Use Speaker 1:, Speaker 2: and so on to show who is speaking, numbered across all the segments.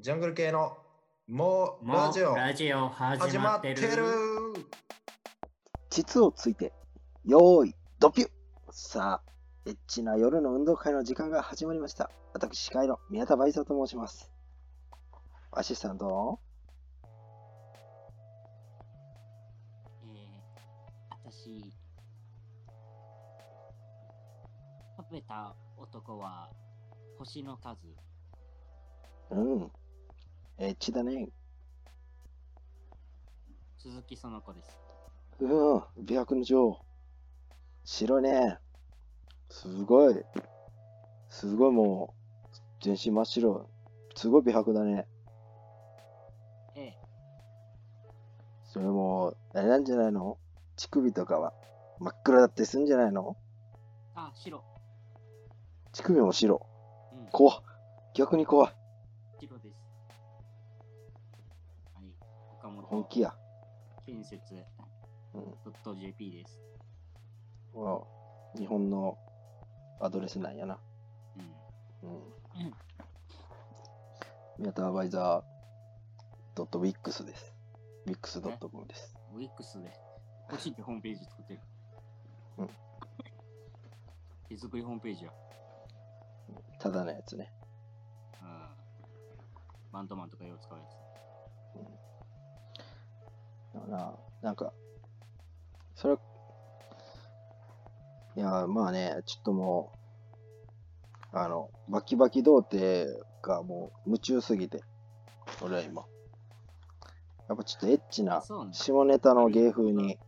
Speaker 1: ジャングル系のもう
Speaker 2: もう
Speaker 1: ラジオ
Speaker 2: ラジオ始
Speaker 1: 始
Speaker 2: ま
Speaker 1: ま
Speaker 2: っ
Speaker 1: って
Speaker 2: る
Speaker 1: てる
Speaker 3: 実をついて、よーい、ドピュッさあ、エッチな夜の運動会の時間が始まりました。私、司会の宮田倍蔵と申します。アシスタントの
Speaker 4: えー、私、食べた男は星の数。
Speaker 3: うん、エッチだね。
Speaker 4: 鈴木その子です。
Speaker 3: うん、美白の女王。白いね。すごい。すごいもう、全身真っ白。すごい美白だね。
Speaker 4: ええ、
Speaker 3: それも、あれなんじゃないの乳首とかは真っ暗だってすんじゃないの
Speaker 4: あ、白。
Speaker 3: 乳首も白。
Speaker 4: うん、
Speaker 3: 怖っ逆に怖い
Speaker 4: 白です。はい、岡
Speaker 3: 本
Speaker 4: 本
Speaker 3: 気や、
Speaker 4: 建設
Speaker 3: うん
Speaker 4: .jp です。
Speaker 3: わあ日本のアドレスなんやな、
Speaker 4: うん、
Speaker 3: うん
Speaker 4: うん
Speaker 3: 宮田アバイザー .wix です wix.com です
Speaker 4: ウィックスで、個人でホームページ作ってる。
Speaker 3: うん
Speaker 4: 手作りホームページや。
Speaker 3: ただのやつね
Speaker 4: うん、バントマンとかよう使うやつ。
Speaker 3: だからなんかそれいやまあねちょっともうあのバキバキ童貞がもう夢中すぎて俺は今やっぱちょっとエッチな
Speaker 4: そうなんだ
Speaker 3: 下ネタの芸風に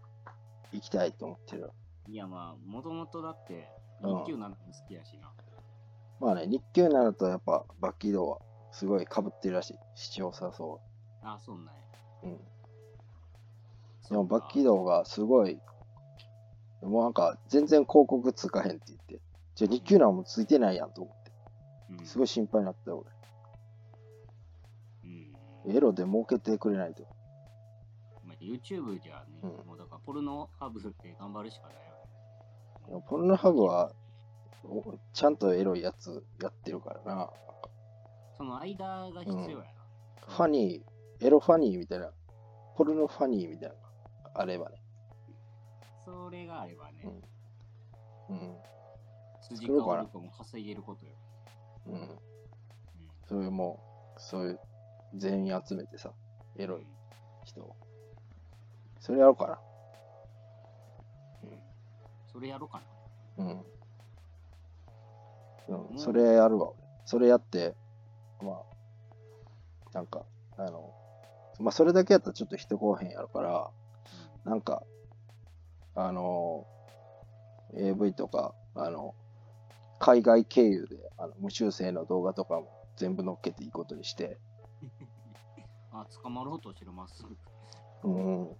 Speaker 3: 行きたいと思ってる。
Speaker 4: いやまあ、もともとだって、
Speaker 3: うん
Speaker 4: 日給なんて好きやしな。
Speaker 3: まあね、日給になるとやっぱバッキードはすごい被ってるらしい。視聴者層
Speaker 4: あ、そんなんや。
Speaker 3: は。うん。
Speaker 4: そ
Speaker 3: で
Speaker 4: う
Speaker 3: も
Speaker 4: か
Speaker 3: バッキードがすごい、もうなんか全然広告つかへんって言って。じゃあ日給なんもついてないやんと思って。
Speaker 4: うん、
Speaker 3: すごい心配になってた俺。
Speaker 4: うん。
Speaker 3: エロで儲けてくれないと。
Speaker 4: まあ、YouTube じゃね、
Speaker 3: うん
Speaker 4: もうだからポルノハブって頑張るしかないよ
Speaker 3: でも
Speaker 4: ね。
Speaker 3: ポルノハブは、おちゃんとエロいやつやってるからな。
Speaker 4: その間が必要やな。
Speaker 3: ファニー、エロファニーみたいな。ポルノファニーみたいな。あればね。
Speaker 4: それがあればね、
Speaker 3: うんうん。
Speaker 4: 辻
Speaker 3: 作ろうかな
Speaker 4: 川とかも稼げることよ。
Speaker 3: うん。
Speaker 4: うん
Speaker 3: そういうもう、そういう、全員集めてさ、エロい人を。それやろうか
Speaker 4: それやろうか
Speaker 3: な。うん。うん、
Speaker 4: うん
Speaker 3: それやるわ、俺。それやって、まあ、なんか、あの、まあ、それだけやったらちょっと人来おへんやるから、なんか、あの、AV とか、あの、海外経由で、あの、無修正の動画とかも全部乗っけていいことにして、
Speaker 4: な。あ、捕まろうとしてる、まっすぐ。も
Speaker 3: うん、
Speaker 4: う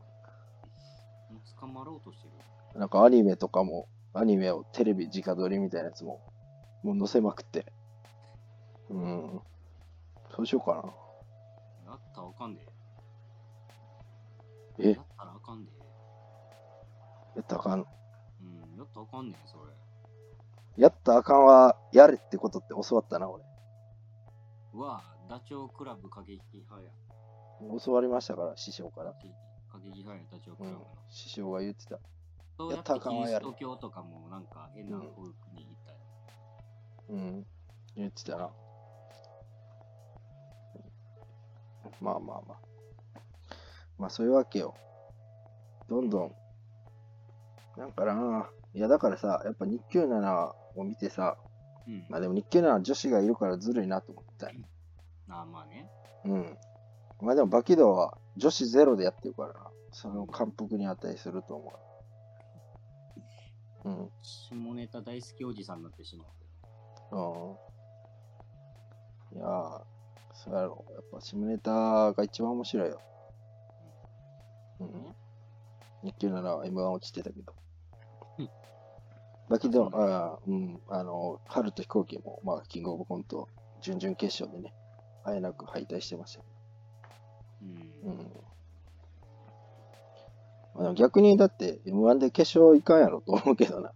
Speaker 4: 捕まろうとしてる。
Speaker 3: なんかアニメとかも、アニメをテレビ直撮りみたいなやつも、もう載せまくって。うん。そうしようかな。
Speaker 4: やったらあかんで。
Speaker 3: え
Speaker 4: やったらあかんで。
Speaker 3: やったらあかん。
Speaker 4: うん、やったらあかんねん、それ。
Speaker 3: やったらあかんは、やれってことって教わったな、俺。
Speaker 4: はダチョウ倶楽部過激派や。
Speaker 3: 教わりましたから、師匠から。
Speaker 4: 過激派やダチョウ倶
Speaker 3: う
Speaker 4: 楽
Speaker 3: ん
Speaker 4: 部の。。
Speaker 3: 師匠が言ってた。
Speaker 4: そうやっ
Speaker 3: やったら
Speaker 4: て
Speaker 3: あか
Speaker 4: キ
Speaker 3: んわ
Speaker 4: リ
Speaker 3: や
Speaker 4: ス
Speaker 3: れ
Speaker 4: ト教とかもなんか変な
Speaker 3: うん
Speaker 4: 方向に行ったよ。
Speaker 3: うん。言ってたな。まあまあまあ。まあそういうわけよ。どんどん。なんかな。いやだからさ、やっぱ日給7を見てさ、
Speaker 4: うん。
Speaker 3: まあでも日給なら女子がいるからずるいなと思ったよ。
Speaker 4: ああまあね。
Speaker 3: うん。まあでもバキドは女子ゼロでやってるからな。その感服に値すると思う。うん。
Speaker 4: 下ネタ大好きおじさんになってしまう。
Speaker 3: うん。いやー、そうやろ。やっぱ下ネタが一番面白いよ。うん。日給なら M1 落ちてたけど
Speaker 4: うん。
Speaker 3: バキド、
Speaker 4: そうなん
Speaker 3: あーうん、あの、春と飛行機も、まあ、キングオブコント、準々決勝でね、あえなく敗退してましたけ
Speaker 4: う
Speaker 3: ど
Speaker 4: ん。
Speaker 3: うんまあ、でも逆にだって M1 で決勝いかんやろと思うけどな。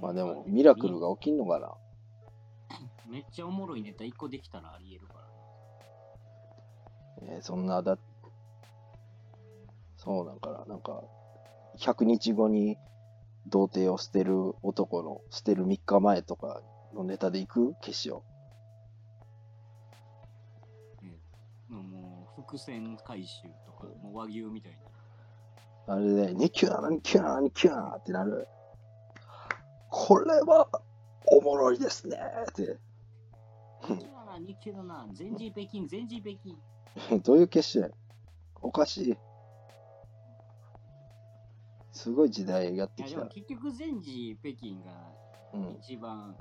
Speaker 3: まあでもミラクル
Speaker 4: が。
Speaker 3: が起きんのかな。
Speaker 4: めっちゃおもろいネタ一個できたらありえるから。
Speaker 3: えーそんなだそうなんかななんか100日後に童貞を捨てる男の捨てる3日前とかのネタでいく決勝
Speaker 4: もうもう伏線回収とか、もう和牛みたいな。
Speaker 3: あれで、ニキュー、ニキュー、ニキューってなる。これは、おもろいですねって。
Speaker 4: 2級だな、2級だな、全人北京、全人北京。
Speaker 3: どういう決心やおかしい。すごい時代やって
Speaker 4: いや
Speaker 3: き
Speaker 4: で
Speaker 3: た
Speaker 4: も。結局、全人北京が
Speaker 3: うん。
Speaker 4: 一番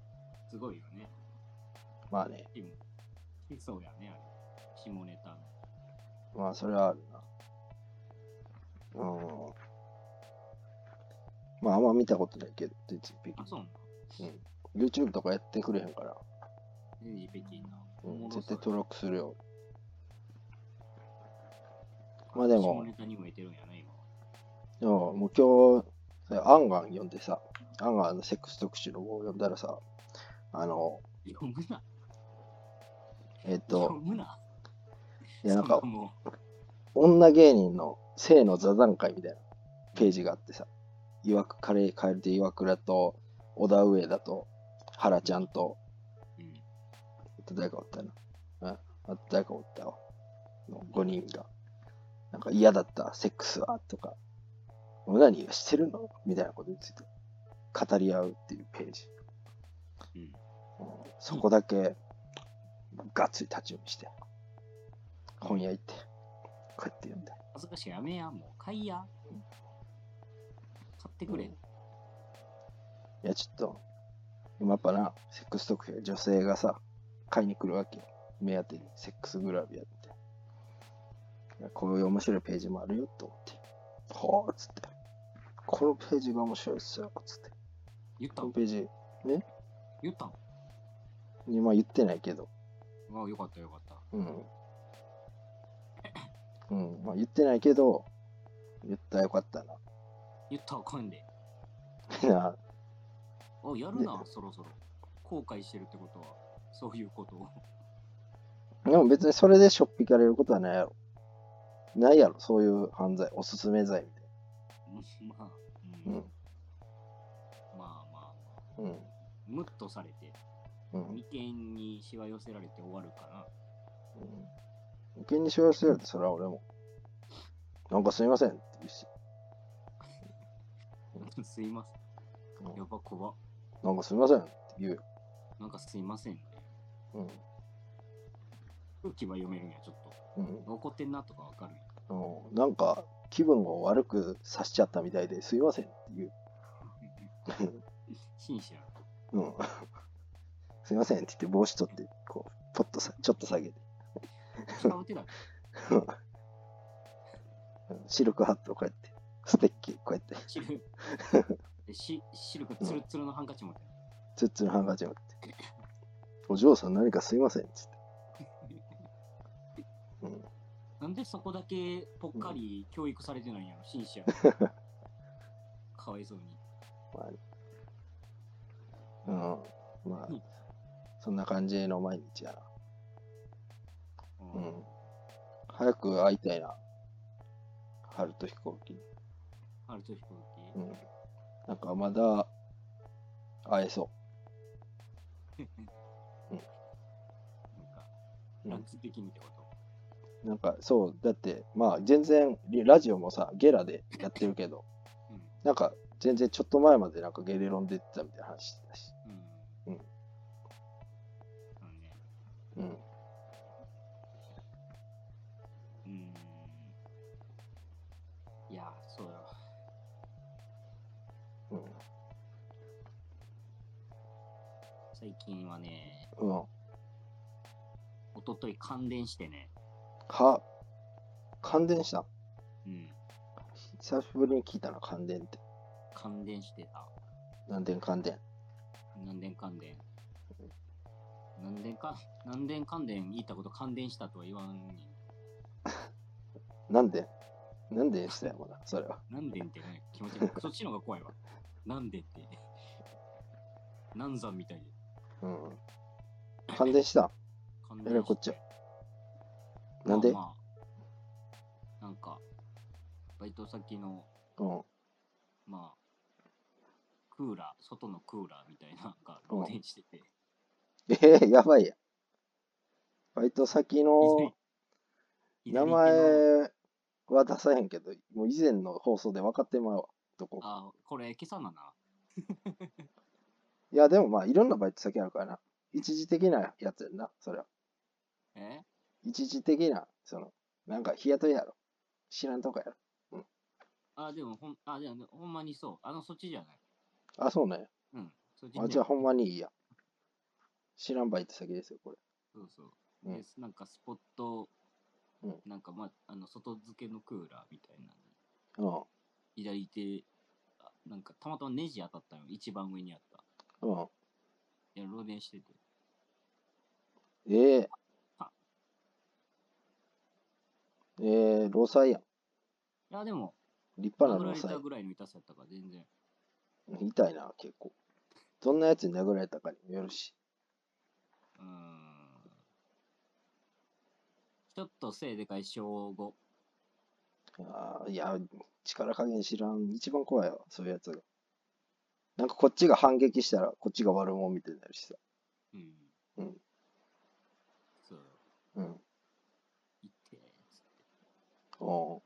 Speaker 4: すごいよね。
Speaker 3: まあね。
Speaker 4: そうやね、あれ。下ネタの。
Speaker 3: まあ、それはあるな。うん。まあ、あんま見たことないけど、全然
Speaker 4: あ、そうなの
Speaker 3: YouTube とかやってくれへんから、
Speaker 4: 全人北京な。
Speaker 3: うん、
Speaker 4: おもろ
Speaker 3: 絶
Speaker 4: そ
Speaker 3: 対
Speaker 4: う
Speaker 3: 登録するよ。まあでも
Speaker 4: 下ネタにも得てるんやな、今。
Speaker 3: でももう今日、アンガン読んでさ、アンガンのセックス特集の号を読んだらさ、あの、
Speaker 4: 読むな。
Speaker 3: えっ
Speaker 4: 読
Speaker 3: と、
Speaker 4: むな。
Speaker 3: いやなんか
Speaker 4: そ、も
Speaker 3: 女芸人の性の座談会みたいなページがあってさ、いわく、カレー蛙亭岩倉と、小田上田と、原ちゃんと、
Speaker 4: ううん
Speaker 3: あと誰かおったな。ああと誰かおったわ。の5人が。なんか嫌だった、セックスは、とか、何がしてるのみたいなことについて語り合うっていうページ。
Speaker 4: うん
Speaker 3: うんそこだけ、がっつり立ち読みして、本屋行って、こうやって読んで。
Speaker 4: 恥ずかしいやめや、もう。買いや。買ってくれ。
Speaker 3: うんいや、ちょっと、今やっぱな、セックス特集、女性がさ、買いに来るわけよ。目当てに、セックスグラビアって。いやこういう面白いページもあるよ、と思って。ほーっつって。このページが面白いっすよ、つって。
Speaker 4: 言った
Speaker 3: この
Speaker 4: ん
Speaker 3: ページ、
Speaker 4: 言ったん
Speaker 3: にまあ言ってないけど、
Speaker 4: ああ、よかったよかった。
Speaker 3: うん。うん、まあ言ってないけど、言ったらよかったな。
Speaker 4: 言ったらあかんで。
Speaker 3: な
Speaker 4: おやるな
Speaker 3: ね、
Speaker 4: そろそろ。後悔してるってことは、そういうことを。
Speaker 3: でも別にそれでしょっぴかれることはないやろ。ないやろ、そういう犯罪、おすすめ罪みたい
Speaker 4: うんまあ、う
Speaker 3: な。
Speaker 4: ん
Speaker 3: うん。
Speaker 4: まあまあ、
Speaker 3: うん。
Speaker 4: ムッとされて、
Speaker 3: うん。
Speaker 4: 眉間にしわ寄せられて終わるかな。
Speaker 3: うん。受けにしようとするって、それは俺も。なんかすいませんって言うし。
Speaker 4: すいませ
Speaker 3: うん
Speaker 4: ん。やば、怖っ
Speaker 3: なんかすいませんって言うよ。
Speaker 4: なんかすいませんね。
Speaker 3: うん。
Speaker 4: 空気は読めるんや、ちょっ
Speaker 3: うん
Speaker 4: と。怒ってんなとかわかるんや。
Speaker 3: うん。なんか気分を悪くさせちゃったみたいですいませんって言う。
Speaker 4: 紳士やろ。
Speaker 3: うん。 すいませんって言って帽子取って、こう、ポッとさ、ちょっと下げて。
Speaker 4: 使う手だけ。
Speaker 3: うんシルクハットをこうやって、ステッキこうやって、
Speaker 4: シルでしシルクツルツルのハンカチ持ってる。
Speaker 3: ツッツルハンガーじゃなくて。お嬢さん何かすいませんっつって。うん。
Speaker 4: なんでそこだけぽっかり教育されてないんやろ、紳士やろ。かわいそうに。
Speaker 3: まあね、うん。まあ、そんな感じの毎日やな。う
Speaker 4: うん
Speaker 3: ん。早く会いたいな。春と飛行機に。
Speaker 4: あると飛行
Speaker 3: う
Speaker 4: 機。
Speaker 3: ん。なんかまだ会えそ
Speaker 4: なんか、
Speaker 3: う。う
Speaker 4: ラン
Speaker 3: ん、
Speaker 4: ク的にってこと。
Speaker 3: なんかそう、だってまあ全然リラジオもさ、ゲラでやってるけど、
Speaker 4: うん。
Speaker 3: なんか全然ちょっと前までなんかゲレロン出てたみたいな話してたし。
Speaker 4: うん。
Speaker 3: うん
Speaker 4: あのね。
Speaker 3: う
Speaker 4: う
Speaker 3: ん。
Speaker 4: ん。いや、そうや。
Speaker 3: うん。
Speaker 4: 最近はね、
Speaker 3: うん。
Speaker 4: おととい感電してね。
Speaker 3: か、感電した。
Speaker 4: うん。
Speaker 3: 久しぶりに聞いたな、感電って。
Speaker 4: 感電してた。
Speaker 3: 何電感電。
Speaker 4: 何電感電。何電か、何電感電言ったこと感電したとは言わんねん。
Speaker 3: なんでなんでしたよ、まだ、それは。
Speaker 4: 何電ってね、気持ち悪い。 そっちの方が怖いわ。何でって。何山みたいで。
Speaker 3: うん。感電した。
Speaker 4: 感
Speaker 3: えらいこっちゃ
Speaker 4: して
Speaker 3: なんで
Speaker 4: まあまなんか、バイト先の、
Speaker 3: うん。
Speaker 4: まあ、クーラー、外のクーラーみたいなのが漏電してて、
Speaker 3: えー、やばいやん。バイト 先の
Speaker 4: いずれ
Speaker 3: 名前、は出さへんけど、もう以前の放送で分かってまうわ。どこか。
Speaker 4: あ、これ今朝だな。
Speaker 3: いや、でもまあ、いろんなバイト先あるからな。一時的なやつやんな、それは。
Speaker 4: え
Speaker 3: 一時的な、その、なんか日雇いやろ。知らんとこやろ。
Speaker 4: あ、でもほん、あ、でもねほんまにそう。あの、そっちじゃない。
Speaker 3: あ、そうね。
Speaker 4: うん、そっち
Speaker 3: あ、じゃあほんまにいいや。知らんバイト先ですよ、これ。
Speaker 4: そうそう。
Speaker 3: うん
Speaker 4: で、なんかスポット、
Speaker 3: うん
Speaker 4: なんかまあ、あの、外付けのクーラーみたいなの
Speaker 3: う
Speaker 4: 左手、あなんかたまたまネジ当たったの、一番上にあった。
Speaker 3: ん。うん。
Speaker 4: いや、漏電してて。
Speaker 3: ええ
Speaker 4: あ
Speaker 3: ええ労災やん。
Speaker 4: いや、でも、
Speaker 3: 立派
Speaker 4: 殴ら
Speaker 3: な労
Speaker 4: れ
Speaker 3: 災
Speaker 4: た。ぐらいの痛さやったから、全然。
Speaker 3: 痛いな、結構。どんなやつに殴られたかにもよるし。
Speaker 4: うーん。ちょっとせいでかい小5。
Speaker 3: ああ、いや、力加減知らん。一番怖いわ、そういうやつが。なんかこっちが反撃したら、こっちが悪者みたいになるしさ。
Speaker 4: うん。
Speaker 3: うん
Speaker 4: そう。
Speaker 3: うん。
Speaker 4: いってーっつって。
Speaker 3: お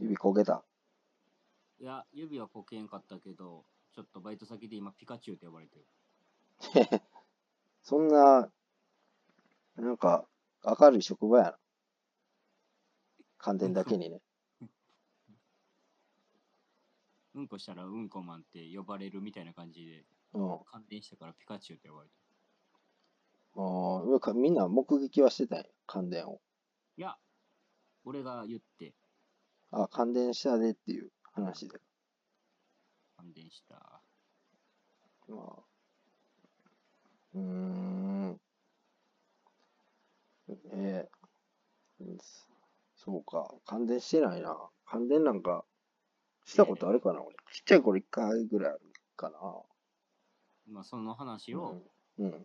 Speaker 3: 指焦げた。
Speaker 4: いや、指はこけんかったけど、ちょっとバイト先で今ピカチュウって呼ばれてる。
Speaker 3: そんな、なんか、明るい職場やな。寒天だけにね。
Speaker 4: うんこしたらうんこマンって呼ばれるみたいな感じで、
Speaker 3: うん。あ
Speaker 4: 感電したからピカチュウって呼ばれてる。
Speaker 3: ーなんかみんな目撃はしてたんや、感電を。
Speaker 4: いや、俺が言って
Speaker 3: あ、感電したでっていう話で。
Speaker 4: 感電した。
Speaker 3: まあ。うーん。ええそうか。感電してないな。感電なんか、したことあるかな、俺。ちっちゃい頃一回ぐらいあるかな。
Speaker 4: まあ、その話
Speaker 3: う
Speaker 4: を、
Speaker 3: ん。うん。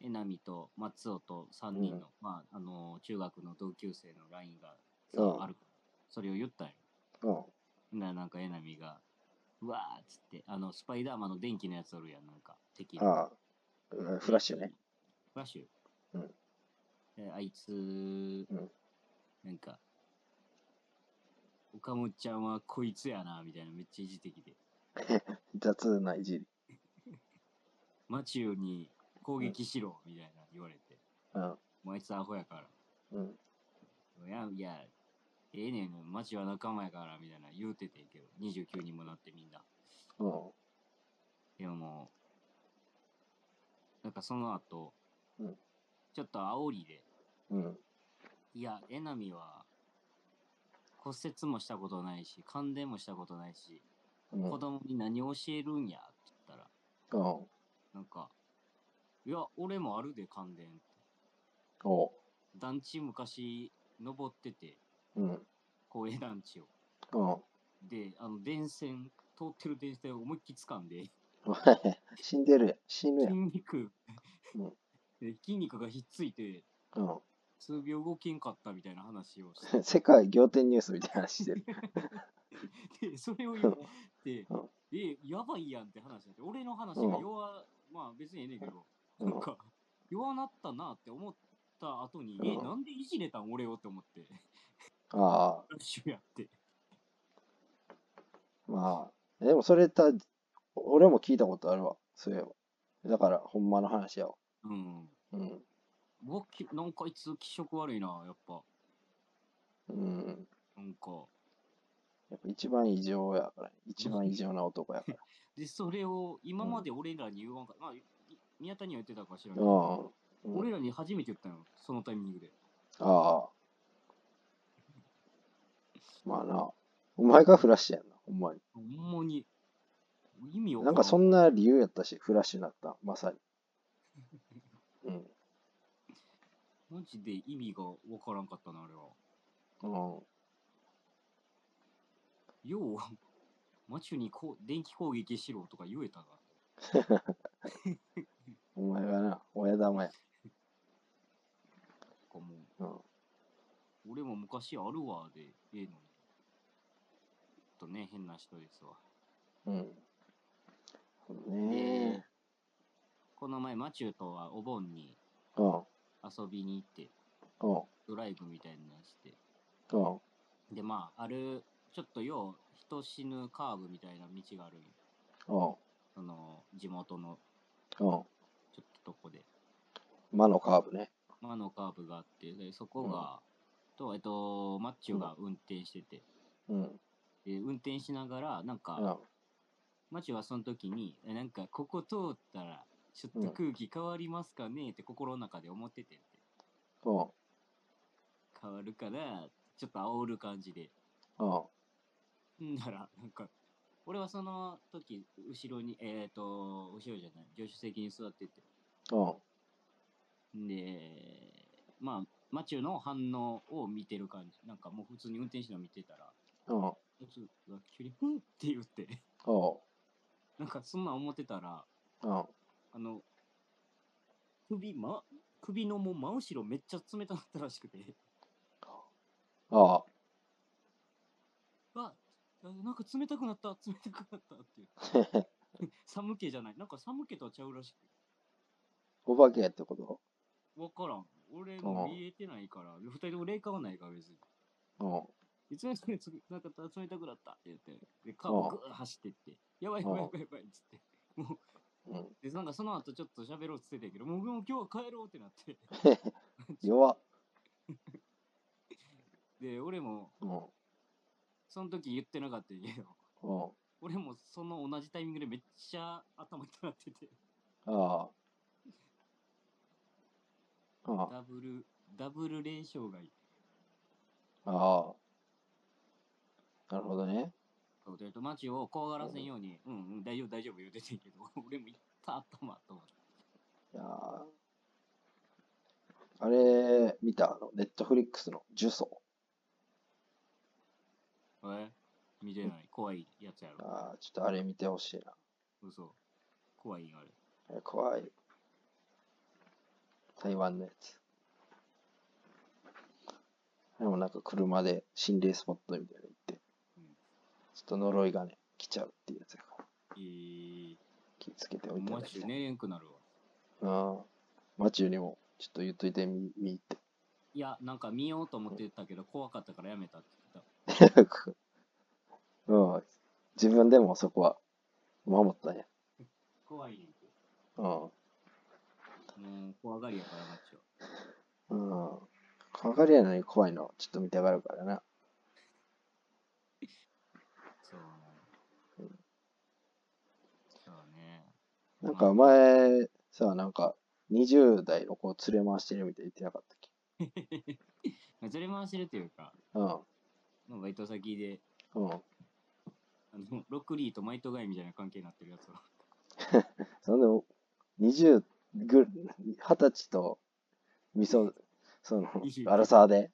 Speaker 4: えなみと松尾と3人の、まあ、あのー中学の同級生の LINE がさ
Speaker 3: うん
Speaker 4: あるそれを言ったんよ。
Speaker 3: うん。
Speaker 4: ななんかえなみが、うわーっつって、あの、スパイダーマンの電気のやつおるやん、なんか、敵の
Speaker 3: ああ、うんフラッシュね。。
Speaker 4: フラッシ
Speaker 3: う
Speaker 4: ュ。
Speaker 3: ん
Speaker 4: であいつ、
Speaker 3: ん
Speaker 4: なんか、岡本ちゃんはこいつやな、みたいな、めっちゃいじってきて。
Speaker 3: 雑ないじり。
Speaker 4: マチューに攻撃しろ、みたいな言われて。
Speaker 3: うん。
Speaker 4: もうあいつアホやから。
Speaker 3: うん。
Speaker 4: いや、いや、ええねん、マチューは仲間やから、みたいな言うててんけど、29人もなってみんな。
Speaker 3: うん。
Speaker 4: でももう、なんかその後、
Speaker 3: うん
Speaker 4: ちょっと煽りで、
Speaker 3: うん。
Speaker 4: いや、えなみは骨折もしたことないし、感電もしたことないし、
Speaker 3: うん。
Speaker 4: 子供に何を教えるんやって言ったら、
Speaker 3: うん。お
Speaker 4: なんか、いや、俺もあるで、感電って。
Speaker 3: う。
Speaker 4: 団地昔、登ってて、
Speaker 3: うん。うん。
Speaker 4: 公営団地を。で、あの、電線、通ってる電線を思いっきり掴んで、
Speaker 3: お前 死んでるやん。死ぬや
Speaker 4: 筋
Speaker 3: ん。
Speaker 4: 肉、
Speaker 3: うん
Speaker 4: で筋肉がひっついて、
Speaker 3: う
Speaker 4: 数秒動けんかったみたいな話をして
Speaker 3: ん。 世界仰天ニュースみたいな話してる。
Speaker 4: で それを言って
Speaker 3: うん、
Speaker 4: え、やばいやんって話になって、俺の話が弱、まあ別にええねんけど、
Speaker 3: うん
Speaker 4: なんか、弱なったなって思った後に、え、
Speaker 3: うん
Speaker 4: なんでいじれたん俺をって思って、
Speaker 3: ああ、
Speaker 4: ラッシュやって。
Speaker 3: まあ。でもそれた、俺も聞いたことあるわ。そういえば。だから、ほんまの話やわ。
Speaker 4: うん。
Speaker 3: うん。
Speaker 4: うわきなんかあいつ気色悪いな、やっぱ。
Speaker 3: うん。
Speaker 4: なんか。
Speaker 3: やっぱ一番異常やから。一番異常な男やから。
Speaker 4: で、それを今まで俺らに言わんか、まあ、い宮田には言ってたかもしれないけ
Speaker 3: う
Speaker 4: ど、
Speaker 3: ん。うん
Speaker 4: 俺らに初めて言ったの、そのタイミングで。
Speaker 3: ああ。まあな。お前がフラッシュやんな、ほんまに。
Speaker 4: ほんまに、意味を
Speaker 3: なんかそんな理由やったし、フラッシュになった、ま さに。うん。
Speaker 4: マジで意味がわからんかったな、あれは。
Speaker 3: うん。
Speaker 4: 要は、マチュにこう電気攻撃しろとか言えたが、
Speaker 3: お前がな、親玉や。
Speaker 4: こうも
Speaker 3: うん。
Speaker 4: う俺も昔あるわで、ええのに。ちょっとね、変な人ですわ。
Speaker 3: うん。そうね
Speaker 4: この前、マチューとはお盆に
Speaker 3: ー。うん。
Speaker 4: 遊びに行って、
Speaker 3: うん。
Speaker 4: ドライブみたいなのして。
Speaker 3: うん。
Speaker 4: で、まあ、ある、ちょっとよう、人死ぬカーブみたいな道があるんよ
Speaker 3: う
Speaker 4: そ
Speaker 3: ん。
Speaker 4: の、地元の
Speaker 3: う
Speaker 4: ち
Speaker 3: ん。
Speaker 4: ょっととこで。
Speaker 3: 魔のカーブね。
Speaker 4: 魔のカーブがあって、でそこが、と、えっと、マッチューが運転してて、
Speaker 3: うん。
Speaker 4: で運転しながら、なんか、
Speaker 3: うん。
Speaker 4: マチはその時に、えなんか、ここ通ったら、ちょっと空気変わりますかねって心の中で思っててんて
Speaker 3: うん。
Speaker 4: 変わるから、ちょっと煽る感じで。
Speaker 3: う
Speaker 4: ん
Speaker 3: ん。
Speaker 4: なら、なんか、俺はその時、後ろに、えっ、と、後ろじゃない、助手席に座ってて。
Speaker 3: うん。
Speaker 4: んで、まあ、マチュの反応を見てる感じ。なんかもう普通に運転手の見てたら、
Speaker 3: うん。うん。
Speaker 4: 普通が急に、ふんって言って、なんかそんなん思ってたら、
Speaker 3: うん。
Speaker 4: あの、首、ま、首のもう真後ろめっちゃ冷たかったらしくて、
Speaker 3: ああ。
Speaker 4: あ、あなんか冷たくなった、冷たくなったっていう。寒気じゃない、なんか寒気とはちゃうらしく
Speaker 3: お化けってこと
Speaker 4: て。わからん。俺
Speaker 3: ああ
Speaker 4: も見えてないから、二人とも霊感はないから別に。
Speaker 3: う
Speaker 4: いつもつなんか冷たくなったって言って、で、カ
Speaker 3: あ
Speaker 4: ー
Speaker 3: あ。
Speaker 4: ブぐー走ってって、やばいやばいやばいやばいっつって。もうん
Speaker 3: うん。
Speaker 4: で、なんかその後ちょっと喋ろうっつってたけど、もうもう今日は帰ろうってなって。
Speaker 3: 弱っ。
Speaker 4: で、俺も、
Speaker 3: うん。うん。
Speaker 4: その時言ってなかったけど、俺もその同じタイミングでめっちゃ頭痛なってて、
Speaker 3: ああ。うん。あ
Speaker 4: ダブル、ダブル霊障害。
Speaker 3: あ。なるほどね。
Speaker 4: そうで、マチを怖がらせんように、うんうん、大丈夫、大丈夫言うててんけど、 俺もいった頭と思って。
Speaker 3: いやーあれ、見たあの、ネットフリックスの呪詛。
Speaker 4: え見てない。怖いやつやろ。
Speaker 3: ああ、ちょっとあれ見てほしいな。
Speaker 4: 嘘。怖いんあれ。
Speaker 3: あれ怖い。台湾のやつ。でもなんか車で心霊スポットみたいなの行って、
Speaker 4: うん
Speaker 3: ちょっと呪いがね、来ちゃうっていうやつやから、
Speaker 4: えー、
Speaker 3: 気をつけておいて
Speaker 4: マ
Speaker 3: ね。
Speaker 4: チ寝れんくなるわ。
Speaker 3: ああ、マチューにもちょっと言っといてみ、見って。
Speaker 4: いや、なんか見ようと思ってたけど、怖かったからやめたって言って
Speaker 3: うん、自分でもそこは守ったね。
Speaker 4: た。怖いねんて。
Speaker 3: うん。
Speaker 4: もう怖がりやから、マチは。
Speaker 3: うん。かかりやのに怖いの、ちょっと見たがるからな。
Speaker 4: そう。
Speaker 3: うん
Speaker 4: そうね。
Speaker 3: なんか前、さ、なんか20代の子を連れ回してるみたいに言ってなかったっけ
Speaker 4: ずれ回してるというか、
Speaker 3: う
Speaker 4: まあバイト先で、
Speaker 3: ん。うん。
Speaker 4: あの、 ロックリーとマイトガイみたいな関係になってるやつは。
Speaker 3: そんでも、20ぐ、20歳と、みそ、その、
Speaker 4: 20
Speaker 3: アラサーで。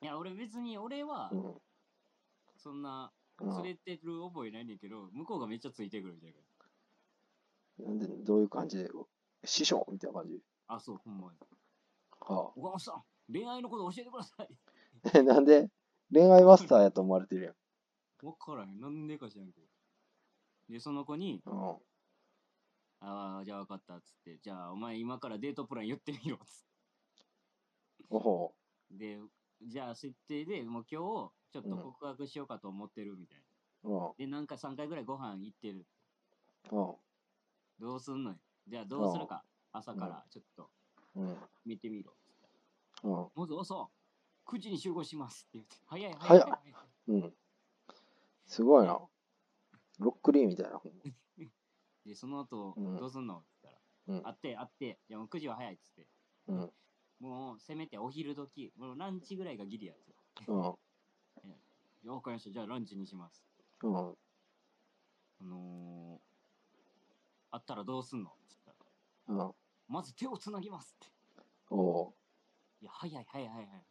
Speaker 4: いや、俺別に、俺は
Speaker 3: う、ん。
Speaker 4: そんな、
Speaker 3: うん
Speaker 4: 連れてる覚えないねんけど、向こうがめっちゃついてくるみたい
Speaker 3: なんで、どういう感じで、師匠みたいな感じ。
Speaker 4: な。あ、そう、ほんまに。
Speaker 3: は
Speaker 4: 岡本さん、恋愛のこと教えてください。
Speaker 3: あ、 なんで、恋愛マスターやと思われてる
Speaker 4: わからへん。なんでか知らんけど。で、その子に、
Speaker 3: やん。うん。
Speaker 4: ああ、じゃあ分かった、っつって。じゃあ、お前今からデートプラン言ってみろ、つっ
Speaker 3: おほ
Speaker 4: て。で、じゃあ、設定で、もう今日、ちょっと告白しようかと思ってるみたいな。
Speaker 3: う。うん。
Speaker 4: で、なんか3回ぐらいご飯行ってる。
Speaker 3: う
Speaker 4: どうすんのよ。じゃあどうするか。朝からちょっと
Speaker 3: ん。うん。
Speaker 4: 見てみろ。
Speaker 3: うん。
Speaker 4: まず遅う、9時に集合しますって言って。早い
Speaker 3: 早
Speaker 4: 早
Speaker 3: っ
Speaker 4: い早い。
Speaker 3: うん。すごいな。ロックリーみたいな。
Speaker 4: で、その後、
Speaker 3: うん
Speaker 4: どうすんのって言ったら、
Speaker 3: うん
Speaker 4: あって、あって、いやもう9時は早いっつって。
Speaker 3: うん。うん。
Speaker 4: もうせめてお昼時、もうランチぐらいがギリやつよ。よわかりました。じゃあランチにします。
Speaker 3: うん。
Speaker 4: あのー、あったらどうすんのって言ったら、
Speaker 3: うん。
Speaker 4: まず手をつなぎますって。
Speaker 3: おう。
Speaker 4: いや、早い早い早い早い。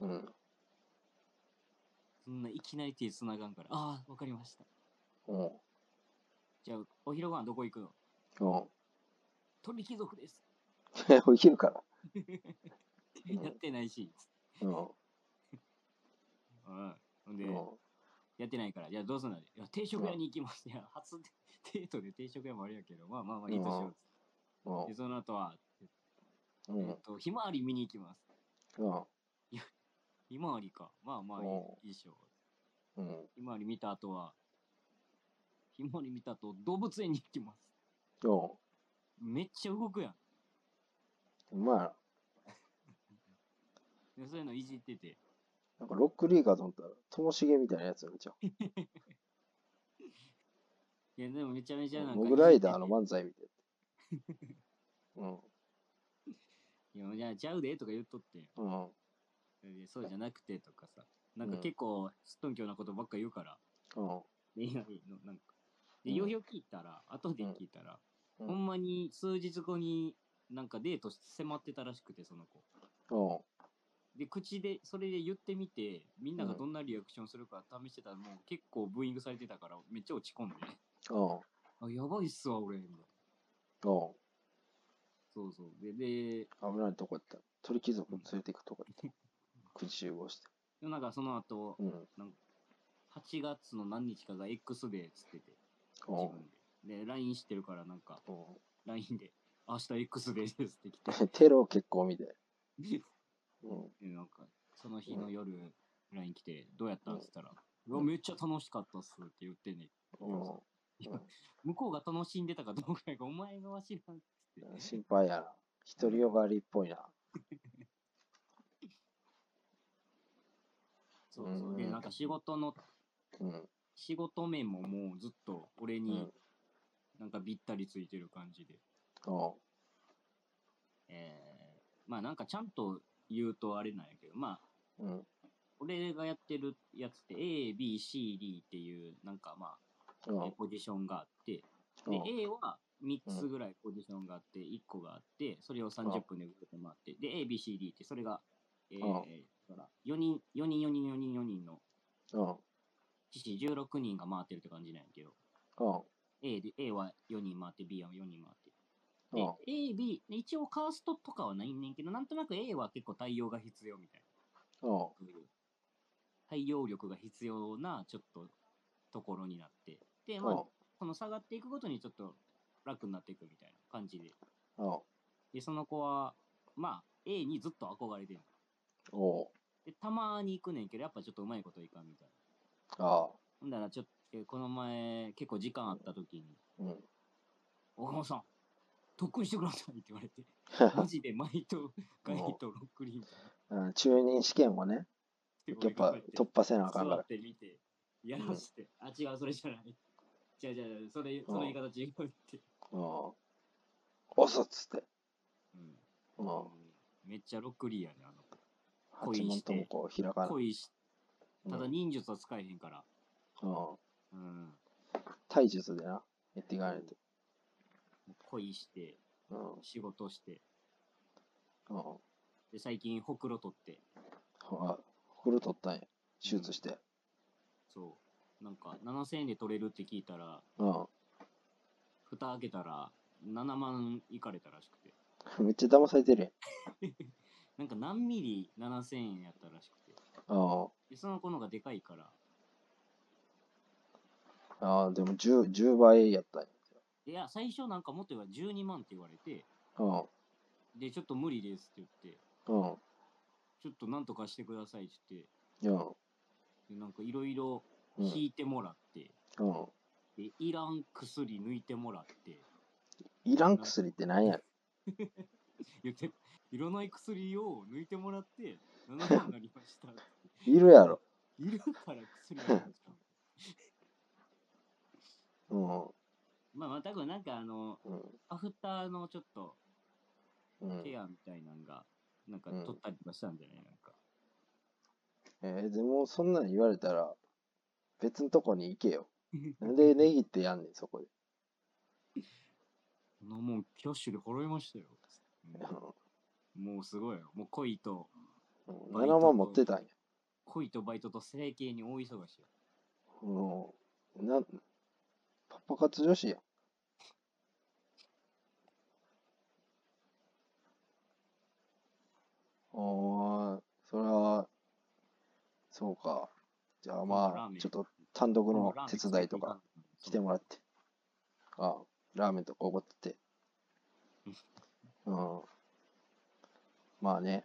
Speaker 3: うん。
Speaker 4: そんないきなり手つながんから、ああ、わかりました。
Speaker 3: うん。
Speaker 4: じゃあ、お昼ご飯どこ行くの
Speaker 3: うん。
Speaker 4: 鳥貴族です。
Speaker 3: お昼から。
Speaker 4: やってないし。
Speaker 3: うん。
Speaker 4: うん。ほんで、
Speaker 3: うん
Speaker 4: やってないから、じゃあどうすんのいや、定食屋に行きます。いや、初デートで定食屋もあれやけど、まあまあまあ、いいとしよう。で、その後は、
Speaker 3: うん。う
Speaker 4: え
Speaker 3: ん
Speaker 4: っ。と、ひまわり見に行きます。
Speaker 3: うん。
Speaker 4: ひまわりか。まあまあいい
Speaker 3: お
Speaker 4: いいでしょう。
Speaker 3: うん。
Speaker 4: ひまわり見た後は、ひまわり見た後、動物園に行きます。
Speaker 3: よ
Speaker 4: めっちゃ動くやん。
Speaker 3: うまいな。
Speaker 4: でそういうのいじってて。
Speaker 3: なんかロックリーガーと思ったら、ともしげみたいなやつやんじゃん。
Speaker 4: いや、でもめちゃめちゃなんか。
Speaker 3: モグライダーの
Speaker 4: い
Speaker 3: 漫才みた いな。
Speaker 4: や、いやちゃうでとか言っとって。
Speaker 3: うん。うん。
Speaker 4: でそうじゃなくてとかさ。なんか
Speaker 3: うん
Speaker 4: 結構、すっとんきょうなことばっか言うから。
Speaker 3: うん。
Speaker 4: 恋愛の、なんか。で、
Speaker 3: うん
Speaker 4: ようよう聞いたら、後で聞いたら、
Speaker 3: う
Speaker 4: ほ
Speaker 3: ん。
Speaker 4: んまに数日後に、なんかデート迫ってたらしくて、その子。
Speaker 3: うん。
Speaker 4: で、口で、それで言ってみて、みんなが
Speaker 3: うん
Speaker 4: どんなリアクションするか試してたら、もう結構ブーイングされてたから、めっちゃ落ち込んで。
Speaker 3: うん。
Speaker 4: あ、やばいっすわ、俺。みたいな
Speaker 3: うん。
Speaker 4: そうそう。で、で、
Speaker 3: 危ないとこやった。鳥貴族連れていくとこ やった。9時15して。
Speaker 4: でなんかその後、
Speaker 3: うん。
Speaker 4: 8月の何日かが X デーっつってて、
Speaker 3: うん。
Speaker 4: 自分で。で、LINE してるから、なんか、LINE で、明日 X デーですって来て、
Speaker 3: うん。テロ結構みたい。うん。
Speaker 4: でなんか、その日の夜、LINE 来て、どうやったんっつったら、
Speaker 3: ん
Speaker 4: うわ、めっちゃ楽しかったっすって言ってね。
Speaker 3: うん。
Speaker 4: いや向こうが楽しんでたかどうかが、お前がわしらんっつって。
Speaker 3: 心配やな。独りよがりっぽいな。
Speaker 4: そうそう。で、
Speaker 3: うん
Speaker 4: なんか仕事の、
Speaker 3: うん。
Speaker 4: 仕事面ももうずっと俺
Speaker 3: う
Speaker 4: に
Speaker 3: ん。
Speaker 4: なんかびったりついてる感じで。
Speaker 3: うん。
Speaker 4: えーまあなんかちゃんと言うとあれなんやけど、まあ、
Speaker 3: うん。
Speaker 4: 俺がやってるやつって A、B、C、D っていう、なんかま
Speaker 3: うん。
Speaker 4: あ、ポジションがあって、
Speaker 3: う
Speaker 4: で、
Speaker 3: ん。
Speaker 4: A は3つぐらいポジションがあって、1個があって、それを30分で動いてもらって、で、A、B、C、D って、それが、えー
Speaker 3: うん
Speaker 4: だから4人、4人、4人、4人、4人の、
Speaker 3: うん。
Speaker 4: 獅子16人が回ってるって感じなんやけど、
Speaker 3: うん。
Speaker 4: A, で A は4人回って、B は4人回って。
Speaker 3: う
Speaker 4: で
Speaker 3: ん。
Speaker 4: A、B、一応カーストとかはないんねんけど、なんとなく A は結構対応が必要みたいな。
Speaker 3: うん。
Speaker 4: そういう対応力が必要なちょっとところになって、で、ま
Speaker 3: うん
Speaker 4: あ、この下がっていくごとにちょっと楽になっていくみたいな感じで。
Speaker 3: うん。
Speaker 4: で、その子は、まあ、A にずっと憧れてる。
Speaker 3: おう。
Speaker 4: で、たまに行くねんけど、やっぱちょっとうまいこといかんみたいな。
Speaker 3: ああ。
Speaker 4: ほんだら、ちょっと、えこの前、結構時間あった時に、
Speaker 3: うん。
Speaker 4: 岡本さん、特訓してくださいって言われて、マ
Speaker 3: あ
Speaker 4: ジで毎度、ガイとロックリーみたいな
Speaker 3: 中任試験もね、
Speaker 4: で
Speaker 3: やっ
Speaker 4: 俺が
Speaker 3: ぱ
Speaker 4: こうやって
Speaker 3: 突破せなあかんか
Speaker 4: 座
Speaker 3: ら
Speaker 4: っ。てみて、やらして、あ、違う、それじゃない。違う違う違う、それ、その言い方違うって。
Speaker 3: うん。遅っつって。
Speaker 4: うん。
Speaker 3: うん。
Speaker 4: めっちゃロックリーやね、あの子
Speaker 3: 八問ともこう開かない。
Speaker 4: 恋し、ただ
Speaker 3: うん
Speaker 4: 忍術は使えへんから。
Speaker 3: うん。
Speaker 4: うん。
Speaker 3: 体術でな、やっていかないと。
Speaker 4: 恋して、
Speaker 3: うん。
Speaker 4: 仕事して、
Speaker 3: うん。
Speaker 4: で、最近、ほくろ取って、
Speaker 3: あ、ほくろ取ったんや。手術して。
Speaker 4: そう。なんか、7000円で取れるって聞いたら、
Speaker 3: うん。
Speaker 4: 蓋開けたら、7万いかれたらしくて。
Speaker 3: めっちゃ騙されてる
Speaker 4: なんか何ミリ7000円やったらしくて。
Speaker 3: やん。うん。
Speaker 4: で、その子のがでかいから、
Speaker 3: ああ、でも 10, 10倍やったんや。
Speaker 4: いや、最初なんかもっと言えば12万って言われて、
Speaker 3: うん。
Speaker 4: で、ちょっと無理ですって言って、
Speaker 3: うん。
Speaker 4: ちょっとなんとかしてくださいって言って、
Speaker 3: うん。
Speaker 4: でなんかいろいろ
Speaker 3: うん。
Speaker 4: 引いてもらって、
Speaker 3: うん。
Speaker 4: で、いらん薬抜いてもらって、
Speaker 3: いらん薬って何や
Speaker 4: 言って、いらない薬を抜いてもらって、7万になりましたって。
Speaker 3: いるやろ。
Speaker 4: いるから薬がないんですか。
Speaker 3: うん。
Speaker 4: まあ、またくなんかあの、
Speaker 3: うん。
Speaker 4: アフターのちょっと
Speaker 3: うん。
Speaker 4: ケアみたいなのが、なんか
Speaker 3: うん
Speaker 4: 取ったりとかしたんじゃないなんか。
Speaker 3: えーでもそんなん言われたら別のとこに行けよ。なんでネギってやんねん、そこで。
Speaker 4: このもん、キャッシュで払いましたよ。もうすごいよ。もう恋と、
Speaker 3: うん、7万持ってたんや。
Speaker 4: 恋とバイトと整形に大忙しよ。
Speaker 3: うん、なんパパ活女子やん。あーそうか。じゃあ
Speaker 4: ラー
Speaker 3: ま
Speaker 4: メン
Speaker 3: あ、ちょっと単独
Speaker 4: こ
Speaker 3: の手伝いとか来てもらって。あラーメンとかおごってて。うん。まあね。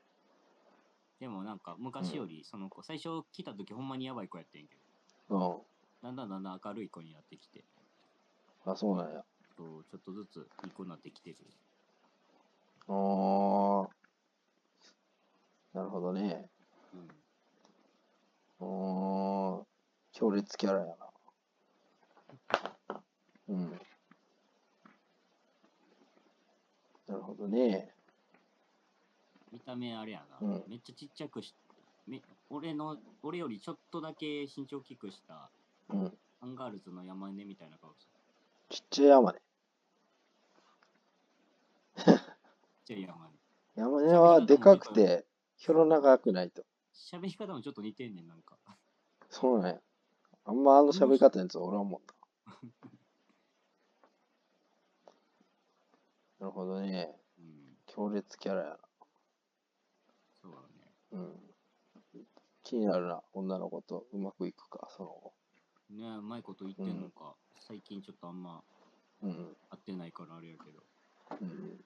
Speaker 4: でもなんか昔よりその子、最初来た時ほんまにやばい子やってんけど
Speaker 3: うん。
Speaker 4: だんだんだんだん明るい子になってきて
Speaker 3: あ、そうなんや。
Speaker 4: そうちょっとずついい子になってきてる
Speaker 3: あー。なるほどね。
Speaker 4: うん
Speaker 3: うーん。強烈キャラやな。うん。なるほどね。
Speaker 4: 見た目あれやな、
Speaker 3: うん
Speaker 4: めっちゃちっちゃくしめ俺の俺よりちょっとだけ身長大きくした
Speaker 3: うん。
Speaker 4: アンガールズの山根みたいな顔する
Speaker 3: ちっちゃい山根。
Speaker 4: ちっちゃい山根
Speaker 3: 山根はでかくて、ひょろ長くないと。
Speaker 4: 喋り方もちょっと似てんねんなんか
Speaker 3: そうなんや。あんまあの喋り方のやつおらんもんな。なるほどね。
Speaker 4: うん
Speaker 3: 強烈キャラや
Speaker 4: そうだね
Speaker 3: な。うん。気になるな。女の子とうまくいくか、その後。
Speaker 4: ねえうまいこと言ってんのか、最近ちょっとあんま
Speaker 3: うん。
Speaker 4: 会ってないからあれやけど
Speaker 3: うん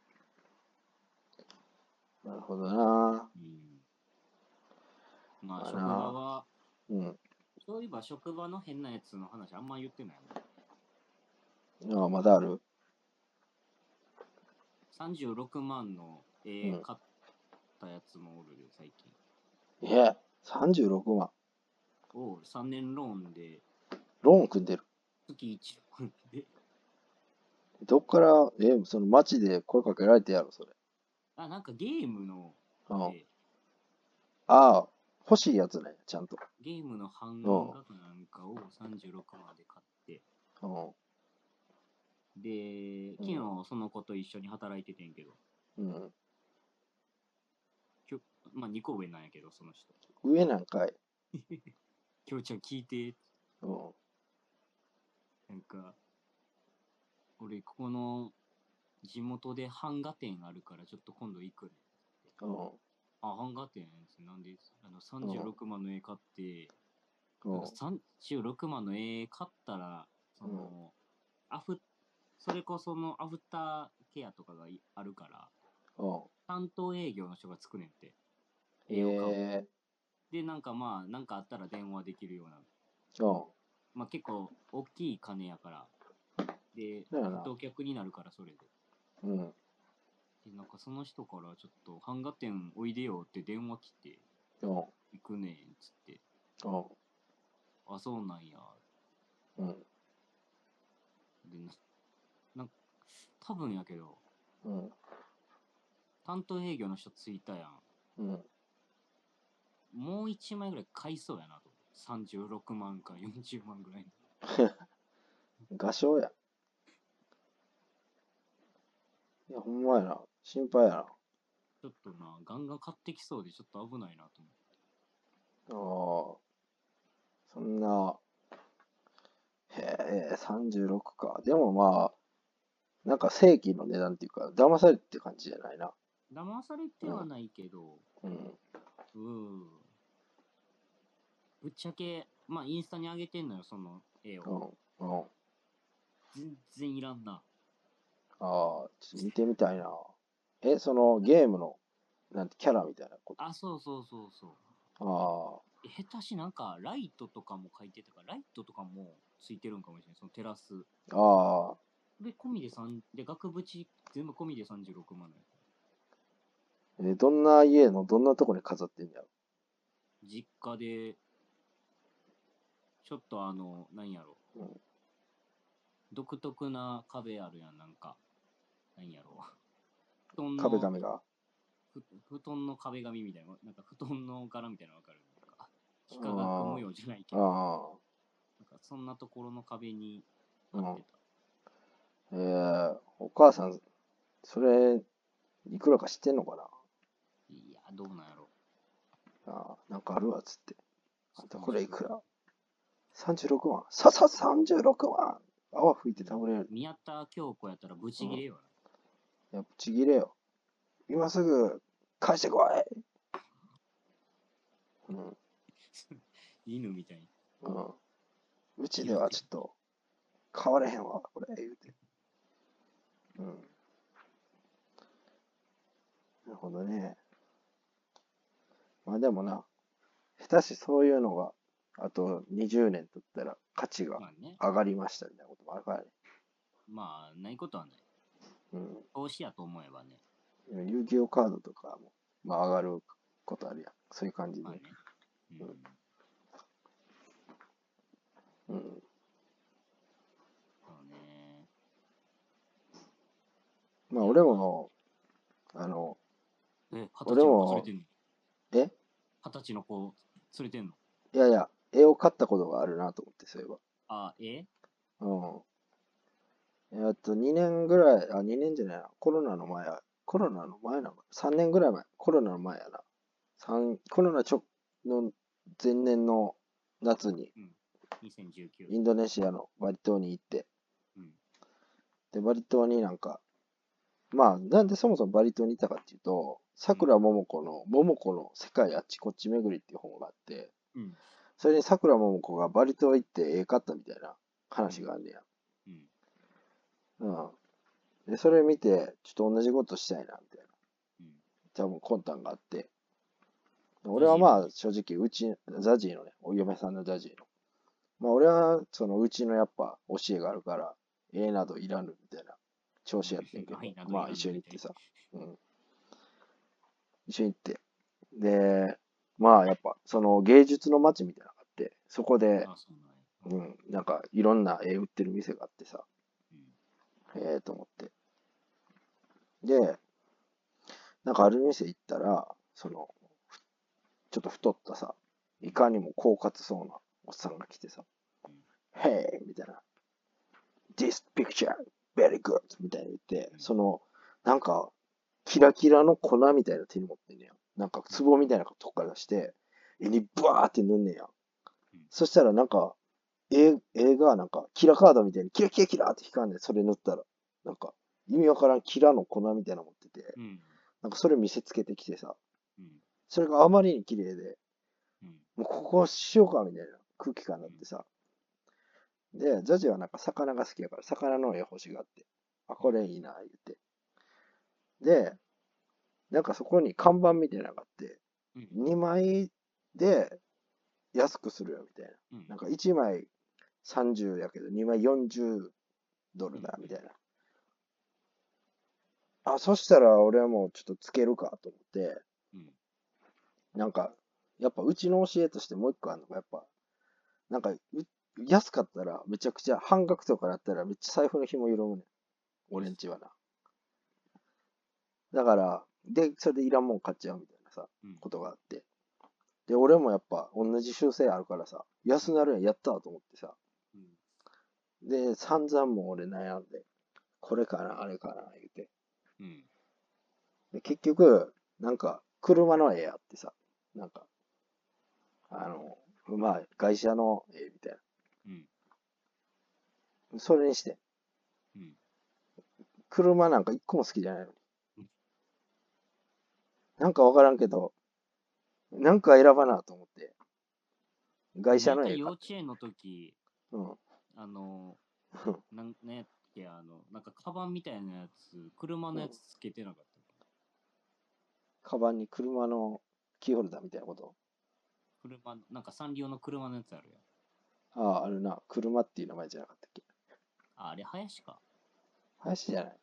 Speaker 3: なるほどな。
Speaker 4: うんまあ
Speaker 3: あら
Speaker 4: 職場は
Speaker 3: うん。
Speaker 4: そういえば職場の変なやつの話あんま言ってない
Speaker 3: ああ、まだある
Speaker 4: もん36万の絵
Speaker 3: うん
Speaker 4: 買ったやつもおるで最近
Speaker 3: え、36万。
Speaker 4: を3年ローンで
Speaker 3: ローン組んでる。
Speaker 4: 月1万で
Speaker 3: どっから、え、その街で声かけられてやろ、それ。
Speaker 4: あなんかゲームの、
Speaker 3: うん。
Speaker 4: え
Speaker 3: ああ、欲しいやつね、ちゃんと。
Speaker 4: ゲームの半額なんかを36万で買って
Speaker 3: う
Speaker 4: で
Speaker 3: うん
Speaker 4: 昨日その子と一緒に働いててんけど、
Speaker 3: ん。うん。
Speaker 4: きょまあ2個上なんやけどその人
Speaker 3: 上なんかい。
Speaker 4: 「きょうちゃん聞いて」
Speaker 3: うん。
Speaker 4: なんか、俺、ここの地元で版画店あるから、ちょっと今度行くね。
Speaker 3: うん。
Speaker 4: あ、版画店なんで、あの、36万の絵買って、
Speaker 3: うん。
Speaker 4: なんか36万の絵買ったら、その、アフ、それこそのアフターケアとかがいあるから、
Speaker 3: うん。
Speaker 4: 担当営業の人がつくねんって。
Speaker 3: え
Speaker 4: 絵を買う
Speaker 3: え
Speaker 4: で、なんかまあ、なんかあったら電話できるような。
Speaker 3: うん。
Speaker 4: まあ結構、大きい金やから。で、
Speaker 3: だよな
Speaker 4: 当客になるから、それで。
Speaker 3: うん。
Speaker 4: でなんかその人からちょっと版画店おいでよって電話来て
Speaker 3: うん。
Speaker 4: 行くねんっつって
Speaker 3: うん。
Speaker 4: あそうなんや
Speaker 3: うん。
Speaker 4: でななんか多分やけど
Speaker 3: うん。
Speaker 4: 担当営業の人ついたや
Speaker 3: うん。
Speaker 4: んもう1枚ぐらい買いそうやなと思って36万か40万ぐらいの
Speaker 3: 画商や。いや、ほんまやな。心配やな。あ
Speaker 4: ちょっとなガンガン買ってきそうでちょっと危ないなと思って
Speaker 3: あ。そんな。へえ、36か。でもまあ、なんか正規の値段っていうか、騙されてる感じじゃないな。
Speaker 4: 騙されてはないけど
Speaker 3: うん。
Speaker 4: うんぶっちゃけまあインスタに上げてんのよその絵
Speaker 3: うん
Speaker 4: を。
Speaker 3: うん。あ
Speaker 4: 全然いらんな
Speaker 3: あ、ちょっと見てみたいな。え、そのゲームの、なんてキャラみたいなこと。
Speaker 4: あそうそうそうそう
Speaker 3: ああ。
Speaker 4: 下手しなんかライトとかも書いてたからライトとかもついてるんかもしれないそのテラス
Speaker 3: ああ、
Speaker 4: で込みで3で額縁全部込みで36万のや
Speaker 3: えーどんな家のどんなとこに飾ってんだよ。
Speaker 4: つ実家でちょっとあのなんやろ、
Speaker 3: うん
Speaker 4: 独特な壁あるやんなんかなんやろ布団の
Speaker 3: 壁紙が。
Speaker 4: ふ布団の壁紙みたいななんか布団の柄みたいなのわかるなんか幾何学模様じゃないけ
Speaker 3: あ
Speaker 4: どなん
Speaker 3: あ、
Speaker 4: かそんなところの壁に
Speaker 3: う
Speaker 4: なっ
Speaker 3: ん
Speaker 4: て。た
Speaker 3: えー、お母さん、それ、いくらか知ってんのか
Speaker 4: いやどうなんやろ
Speaker 3: なああ、なんかあるわ、つって。あんたこれいくら ?36 万。ささ36万泡吹いて倒れる。
Speaker 4: 宮田京子やったらブチギレよ
Speaker 3: やっぱちぎれよ。今すぐ、返してこいうん。
Speaker 4: な。犬みたいに。
Speaker 3: うん。うちではちょっと、変われへんわ、これ、言うて。うん。なるほどね。まあでもな、下手しそういうのが、あと20年経ったら価値が
Speaker 4: まあね。
Speaker 3: 上がりましたみたいなこともあるからね。
Speaker 4: まあ、ないことはない。
Speaker 3: うん。
Speaker 4: 投資やと思えばね。
Speaker 3: 遊戯王カードとかも、まあ、上がることあるやん。そういう感じで
Speaker 4: まあ。ね。う。
Speaker 3: うんうん。
Speaker 4: そうね。
Speaker 3: まあ、俺も、あの、
Speaker 4: え、二十歳
Speaker 3: 俺
Speaker 4: の子
Speaker 3: も
Speaker 4: 連れてんの
Speaker 3: え
Speaker 4: 二十歳の子連れてんの
Speaker 3: いやいや、絵を買ったことがあるなと思って、そういえば。
Speaker 4: あ、え
Speaker 3: うん。えっと、2年ぐらい、あ、2年じゃないな。コロナの前や、コロナの前なのかな ?3 年ぐらい前。コロナの前やな。三コロナ直の前年の夏に、イ
Speaker 4: ?2019。
Speaker 3: ンドネシアのバリ島に行って、
Speaker 4: うん。
Speaker 3: で、バリ島になんか、まあ、なんでそもそもバリ島にいたかっていうと、さくらももこの、ももこの世界あっちこっち巡りっていう本があって、
Speaker 4: うん。
Speaker 3: それにさくらももこがバリ島行ってええかったみたいな話があんねや。
Speaker 4: うん。
Speaker 3: うん。で、それ見て、ちょっと同じことしたいな、みたいな。
Speaker 4: うん。
Speaker 3: 多分、魂胆があって。俺はまあ、正直、うち、ザジーのね、お嫁さんのザジーの。まあ、俺は、その、うちのやっぱ、教えがあるから、ええなどいらぬ、みたいな、調子やってんけど
Speaker 4: 愛な、どいらぬ
Speaker 3: まあ、一緒に行ってさ。うん。一緒に行って。で、まあ、やっぱ、その、芸術の街みたいなのがあって、そこで、
Speaker 4: あ、そうなんや。
Speaker 3: う。ん、なんか、いろんな絵売ってる店があってさ、
Speaker 4: うん
Speaker 3: ええと思って。で、なんかある店行ったら、その、ふちょっと太ったさ、いかにも狡猾そうなおっさんが来てさ、Hey! みたいな。This picture, very good! みたいな言って、その、なんか、キラキラの粉みたいな手に持ってんねや。なんか、壺みたいなとこから出して、絵にバーって塗んねや
Speaker 4: ん。
Speaker 3: そしたらなんか、絵絵がなんか、キラカードみたいにキラキラキラって光んねん。それ塗ったら。なんか、意味わからんキラの粉みたいなの持ってて、
Speaker 4: うん。
Speaker 3: なんかそれ見せつけてきてさ、
Speaker 4: うん。
Speaker 3: それがあまりに綺麗で、
Speaker 4: うん。
Speaker 3: もうここしようかみたいな空気感になってさ。で、ザジはなんか魚が好きやから、魚の絵欲しがって、あ、これいいな、言って。で、なんかそこに看板みたいなのがあって、
Speaker 4: うん。
Speaker 3: 2枚で安くするよみたいな。
Speaker 4: うん
Speaker 3: なんか1枚30やけど、2枚40ドルだ、みたいな。あ、そしたら俺はもうちょっとつけるかと思って、
Speaker 4: うん。
Speaker 3: なんか、やっぱうちの教えとしてもう一個あるのが、やっぱ、なんかう、安かったらめちゃくちゃ半額とかだったらめっちゃ財布の紐緩むねん。俺んちはな。だから、で、それでいらんもん買っちゃうみたいなさ。
Speaker 4: うん
Speaker 3: ことがあって。で、俺もやっぱ同じ修正あるからさ、安なるやん、やったーと思ってさ。
Speaker 4: うん
Speaker 3: で、散々もう俺悩んで、これかな、あれかな、言うて。
Speaker 4: うん。
Speaker 3: で、結局、なんか、車の絵やってさ、なんか、あの、まあ、外車の絵みたい
Speaker 4: うん。
Speaker 3: な。それにして、
Speaker 4: うん。
Speaker 3: 車なんか一個も好きじゃないの
Speaker 4: うん
Speaker 3: に。なんかわからんけど、なんか選ばなと思って、外車の
Speaker 4: なん
Speaker 3: 絵
Speaker 4: か幼
Speaker 3: 買っ
Speaker 4: 稚
Speaker 3: て。
Speaker 4: 園の時、
Speaker 3: うん。
Speaker 4: あ の、
Speaker 3: うん
Speaker 4: なんなんやっけ、あの、なんかカバンみたいなやつ、車のやつつけてなかった。
Speaker 3: カバンに車のキーホルダーみたいなこと
Speaker 4: 車の、なんかサンリオの車のやつあるやん。
Speaker 3: ああ、あるな。車っていう名前じゃなかったっけ
Speaker 4: あ、あれ、林か。
Speaker 3: 林じゃない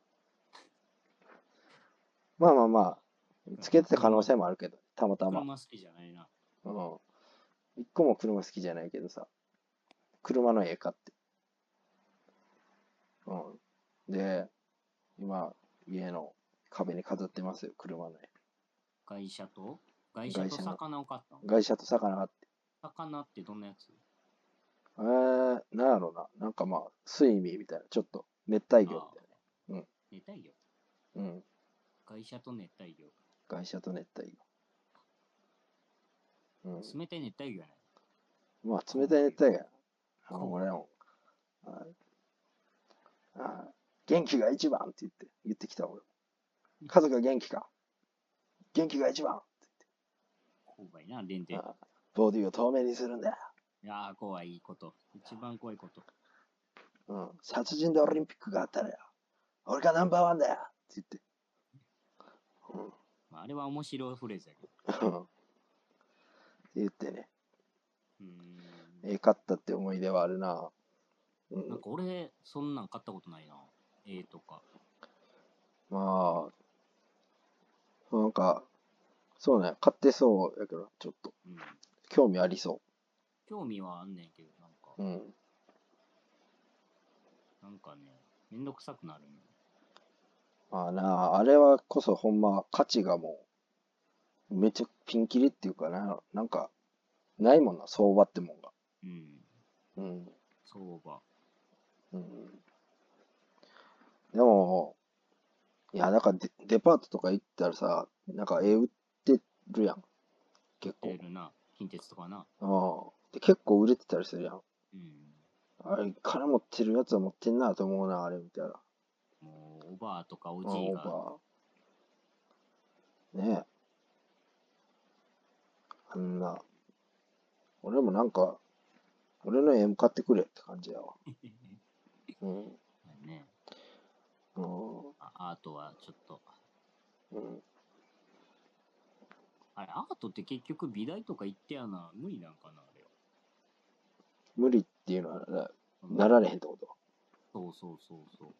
Speaker 3: まあまあまあ、つけてた可能性もあるけど、たまたま。
Speaker 4: 車好きじゃないな。
Speaker 3: うん。一個も車好きじゃないけどさ、車の絵買って。うん。で、今、家の壁に飾ってますよ、車の絵。
Speaker 4: 外車と外車と
Speaker 3: 車の
Speaker 4: 魚を買ったの
Speaker 3: 外車と魚があって。
Speaker 4: 魚ってどんなやつ
Speaker 3: えー、なんやろな。なんかまあ、睡眠みたいな。ちょっと、熱帯魚みたいなうん
Speaker 4: 熱帯魚
Speaker 3: な。うん。
Speaker 4: 外車と熱帯
Speaker 3: 外車と熱帯魚。
Speaker 4: 魚。冷たい熱帯魚やない。
Speaker 3: うん。まあ、冷たい熱帯魚や。あ
Speaker 4: こう
Speaker 3: の俺も。はいあー元気が一番って言って、言ってきた俺も。家族が元気か元気が一番
Speaker 4: 勾配な、連
Speaker 3: あ
Speaker 4: で。
Speaker 3: ーボディを透明にするんだよ
Speaker 4: いやー、怖いこと。一番怖いこと。
Speaker 3: うん、殺人でオリンピックがあったらよ。俺がナンバーワンだよって言って。
Speaker 4: まあ、あれは面白いフレーズやけど。
Speaker 3: うん。って言ってね、
Speaker 4: うーん。
Speaker 3: ええかったって思い出はあるな。うん
Speaker 4: なんか俺、そんなん買ったことないな。絵とか。
Speaker 3: まあ、なんか、そうね、買ってそうやけど、ちょっと、
Speaker 4: うん。
Speaker 3: 興味ありそ
Speaker 4: 興味はあんねんけど、なんか、
Speaker 3: う。うん。
Speaker 4: なんかね、めんどくさくなるんよ
Speaker 3: まあなあ、あれはこそほんま価値がもう、めっちゃピンキリっていうかな、なんか、ないもんな、相場ってもんが。
Speaker 4: うん。
Speaker 3: うん。
Speaker 4: 相場。
Speaker 3: うん。でも、いや、なんかデ、デパートとか行ったらさ、なんか絵売ってるやん。結
Speaker 4: 出
Speaker 3: 構。
Speaker 4: るな。近鉄とかな。
Speaker 3: うん。で、結構売れてたりするやん。
Speaker 4: うん。
Speaker 3: あれ、金持ってるやつは持ってんなと思うな、あれみたいな。
Speaker 4: もう、おばあとかお
Speaker 3: オ
Speaker 4: じいが。
Speaker 3: ーバーねえ。あんな。俺もなんか、俺の絵も買ってくれって感じやわ。うん。うん。
Speaker 4: ね、
Speaker 3: う
Speaker 4: あアートはちょっと。
Speaker 3: ん。
Speaker 4: あれ、アートって結局美大とか行ってやな。無理なんかな、あれは。
Speaker 3: 無理っていうのはななられへんってこと
Speaker 4: そうそうそうそう。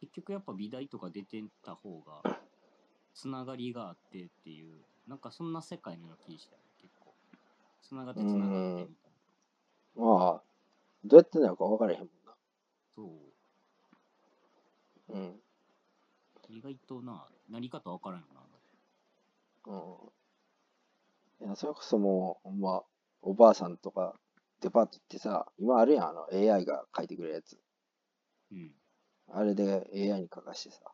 Speaker 4: 結局やっぱ美大とか出てた方が、つながりがあってっていう、なんかそんな世界のような気したよ、結構。つながってつながってみたいな。
Speaker 3: まあ、どうやってなのか分からへんも
Speaker 4: そう。
Speaker 3: んな。
Speaker 4: 意外とな、なり方わからんよな。
Speaker 3: うん。うん。いや、それこそもう、ほんま、おばあさんとか、デパート行ってさ、今あるやん、あの、AI が書いてくれるやつ。
Speaker 4: うん。
Speaker 3: あれで AI に書かしてさ。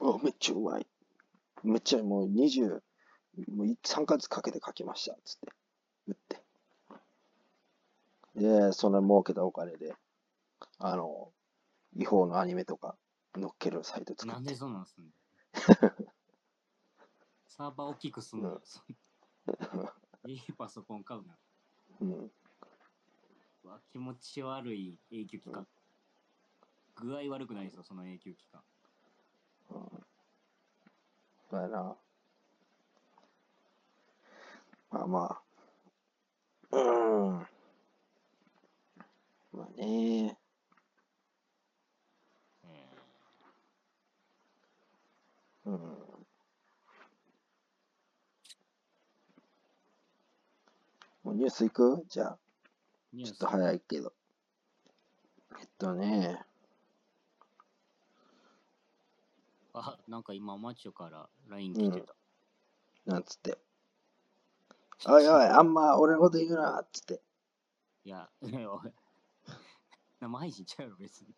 Speaker 3: うわ、めっちゃうまい。めっちゃもう20、もう3ヶ月かけて書きました。つって。打って。で、その儲けたお金で、あの、違法のアニメとか乗っけるサイト作
Speaker 4: な
Speaker 3: っ
Speaker 4: ん
Speaker 3: て
Speaker 4: で。そんなんすんのサーバー大きくすん
Speaker 3: う
Speaker 4: の
Speaker 3: ん。
Speaker 4: そんないいパソコン買うな。
Speaker 3: うん。
Speaker 4: うわ、気持ち悪い永久期間。具合悪くないですよ、その永久期間。
Speaker 3: うん。だよな。まあまあ。うーん。まあね
Speaker 4: えー
Speaker 3: うん。もうニュース行くじゃあ、
Speaker 4: ニュ
Speaker 3: ちょ
Speaker 4: ー
Speaker 3: っ
Speaker 4: ス
Speaker 3: と早いけど。えっとね、
Speaker 4: あ、なんか今、マッチョから LINE 来てた。
Speaker 3: なんつって。おいおい、あんま俺のこと言うな、つって。
Speaker 4: いや、おい。 生配信ちゃうよ、別に。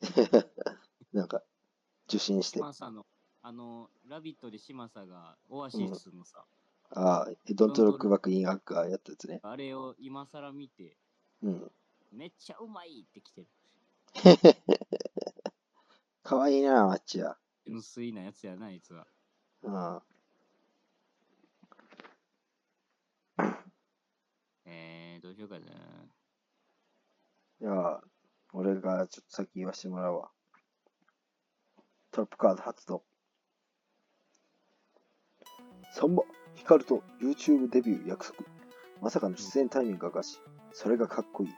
Speaker 3: なんか、受信して。
Speaker 4: 嶋佐の、あの、ラビットで嶋佐が、オアシスのさ、
Speaker 3: ああ、ドントロックバックインアッカーやったやつね。
Speaker 4: あれを今更見て、
Speaker 3: うん。
Speaker 4: めっちゃうまいって来てる。
Speaker 3: かわいいな、マッチは。
Speaker 4: 無水なやつやな、あいつは。
Speaker 3: うん。
Speaker 4: えー、どうしようかな。
Speaker 3: じゃあ、俺がちょっと先言わせてもらうわ。トロップカード発動。3番、ヒカルと YouTube デビュー約束。まさかの出演タイミングがガチ。それがかっこいい。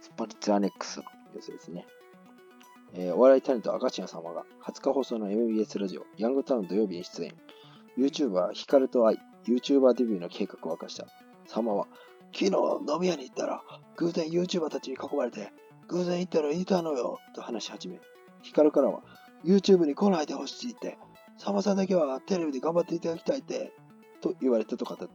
Speaker 3: スパリッツアネックスの様子ですね。えーお笑いタレント赤ちゃん様が20日放送の MBS ラジオヤングタウン土曜日に出演。YouTuber ヒカルと愛、YouTuber デビューの計画を明かした。様は、昨日飲み屋に行ったら、偶然 YouTuber たちに囲まれて、偶然行ったらいたのよ、と話し始め、ヒカルからは、YouTube に来ないでほしいって、サマさんだけはテレビで頑張っていただきたいって、と言われたと語った。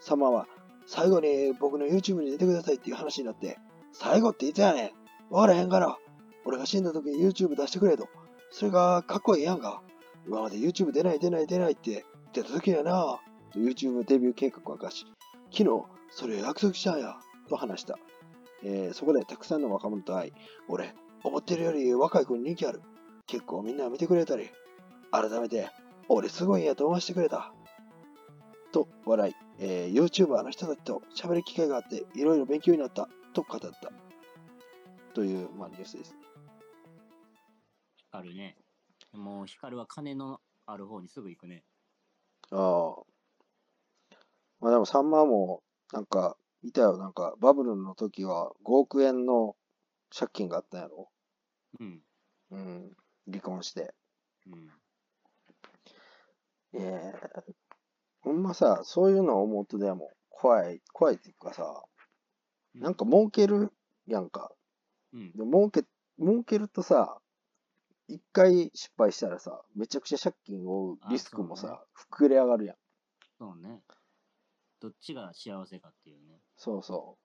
Speaker 3: サマは、最後に僕の YouTube に出てくださいっていう話になって、最後っていつやねん分からへんから、俺が死んだ時に YouTube 出してくれと。それがかっこいいやんか。今まで YouTube 出ない出ない出ないって言ってた時やな、と YouTube デビュー計画を明かし、昨日、それを約束したんや、と話した。えーそこでたくさんの若者と会い、俺、思ってるより若い子に人気ある。結構みんな見てくれたり、改めて、俺すごいんやと思わせてくれた。と笑い、えー、YouTuber の人たちと喋る機会があって、いろいろ勉強になったと語った。という、まあ、ニュースです。
Speaker 4: 光ね。もう光は金のある方にすぐ行くね。
Speaker 3: ああ。まあでも、サンマも、なんか、見たよ。なんか、バブルの時は5億円の借金があったんやろ。
Speaker 4: うん。
Speaker 3: うん。離婚して。
Speaker 4: うん。
Speaker 3: ええほんまさ、そういうのを思うとでも、怖い、怖いっていうかさ、なんか儲けるやんか。
Speaker 4: うん。
Speaker 3: で儲け、儲けるとさ、一回失敗したらさ、めちゃくちゃ借金を負うリスクも
Speaker 4: あ
Speaker 3: さ、膨れ上がるやん。
Speaker 4: そうね。どっちが幸せかっていうね。
Speaker 3: そうそ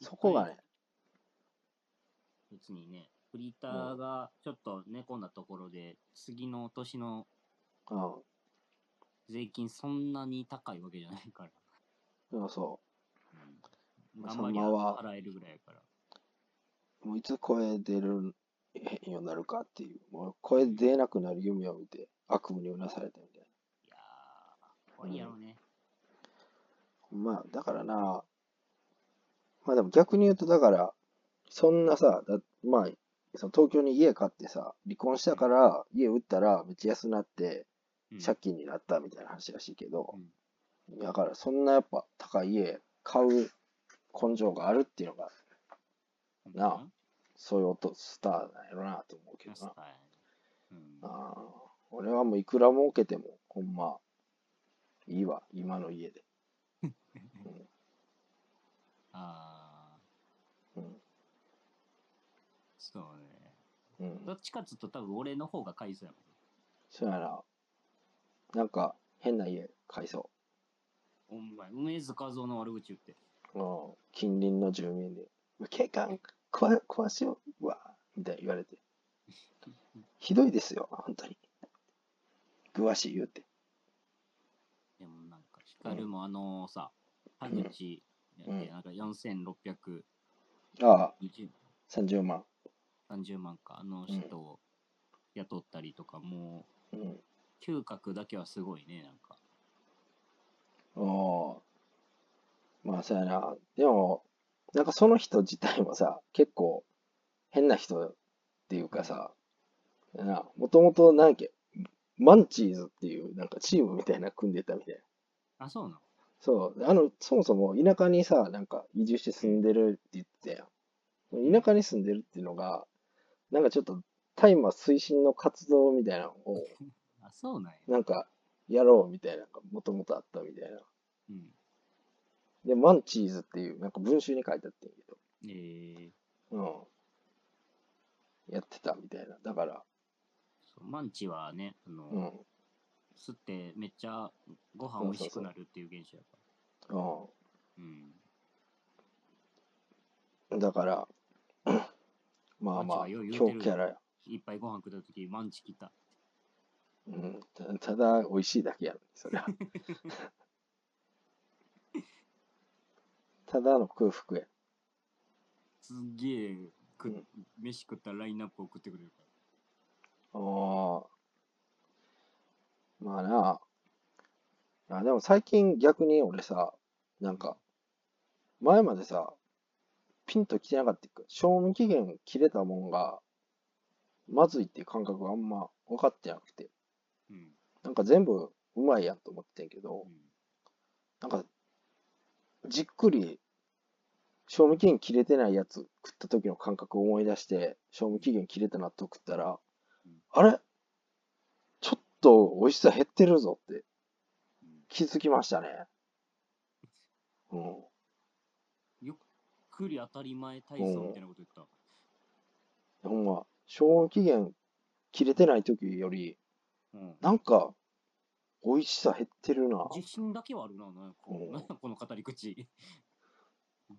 Speaker 3: う。そこがね、
Speaker 4: 別にね、フリーターがちょっと寝込んだところで、次の年の
Speaker 3: うん。
Speaker 4: 税金そんなに高いわけじゃないから。
Speaker 3: そうそ
Speaker 4: うん、
Speaker 3: まあ
Speaker 4: 頑張り
Speaker 3: そんなは
Speaker 4: ゃ払えるぐらいやから。
Speaker 3: う。もういつ声出る、へんようになるかっていう。もう声出なくなる夢を見て、悪夢にうなされてみたいな。
Speaker 4: いやー、怖いやろうね。
Speaker 3: まあ、だからな、まあでも逆に言うと、だから、そんなさ、だまあ、その東京に家買ってさ、離婚したから家売ったらめっちゃ安なって
Speaker 4: うん
Speaker 3: 借金になったみたいな話らしいけど、
Speaker 4: うん
Speaker 3: だからそんなやっぱ高い家買う根性があるっていうのが、
Speaker 4: 本当
Speaker 3: なあそういう音、スターなんやろなと思うけ
Speaker 4: キャ
Speaker 3: ど
Speaker 4: スタ
Speaker 3: な
Speaker 4: ー。やねうん、
Speaker 3: あー俺はもういくら儲けても、ほんま、いいわ、今の家で。
Speaker 4: あー、
Speaker 3: うん。
Speaker 4: そうね。
Speaker 3: うん
Speaker 4: どっちかっつうと多分俺の方が買いそうやもん。
Speaker 3: そうやな。なんか、変な家買いそ
Speaker 4: お前、梅津和夫の悪口言って。
Speaker 3: う。うん。近隣の住民で、景観壊壊しようわ、みたいに言われて。ひどいですよ、本当に。ぐわしい言うて。
Speaker 4: でもなんか、光もあのさ、田口やっ
Speaker 3: う
Speaker 4: て、
Speaker 3: ん
Speaker 4: なんか4620、
Speaker 3: ああ、30万。
Speaker 4: 30万か、あの人を雇ったりとか、も
Speaker 3: うん。
Speaker 4: う、嗅覚だけはすごいね、なんか。
Speaker 3: おーまあ、そうやな。でも、なんかその人自体もさ、結構、変な人っていうかさ、な、もともと、なんやっけ、マンチーズっていう、なんかチームみたいなの組んでたみたいな。
Speaker 4: あ、そうなの
Speaker 3: そう、あの、そもそも田舎にさ、なんか移住して住んでるって言ってたやん。田舎に住んでるっていうのが、なんかちょっと大麻推進の活動みたいなのを、
Speaker 4: あ、そうなんや。
Speaker 3: なんかやろうみたいなのがもともとあったみたいな。
Speaker 4: うん。
Speaker 3: で、マンチーズっていう、なんか文集に書いてあってんけ
Speaker 4: えー、
Speaker 3: ど、うん。やってたみたいな。だから、
Speaker 4: そうマンチはね、あの、
Speaker 3: うん、うん。
Speaker 4: 吸ってめっちゃご飯美味しくなるっていう現象やから。うん。
Speaker 3: だから、まあま
Speaker 4: マ
Speaker 3: あ、
Speaker 4: ンチはよう言うてる
Speaker 3: 強キャラや。
Speaker 4: いっぱいご飯食った時マンチ来た。
Speaker 3: うん。たただ、美味しいだけやのに、それは。ただの空腹や。
Speaker 4: すっげえ、く
Speaker 3: うん
Speaker 4: 飯食ったラインナップ送ってくれるから。
Speaker 3: ああ。まあなあ。あ、でも最近逆に俺さ、なんか、前までさ、ピンと来てなかったっていうか、賞味期限切れたもんが、まずいっていう感覚があんま分かってなくて、
Speaker 4: うん。
Speaker 3: なんか全部うまいやんと思ってんけど、
Speaker 4: うん
Speaker 3: なんか、じっくり、賞味期限切れてないやつ食った時の感覚を思い出して、賞味期限切れた納豆食ったら
Speaker 4: うん、
Speaker 3: あれちょっと美味しさ減ってるぞって
Speaker 4: うん
Speaker 3: 気づきましたね。うん。
Speaker 4: ゆっくり当たり前体操みたいなこと言った。
Speaker 3: ほんま、賞味期限切れてない時より、
Speaker 4: うん。
Speaker 3: なんか、美味しさ減ってるな。
Speaker 4: 自信だけはあるな、なんかこ
Speaker 3: う
Speaker 4: うんなんかこの語り 口。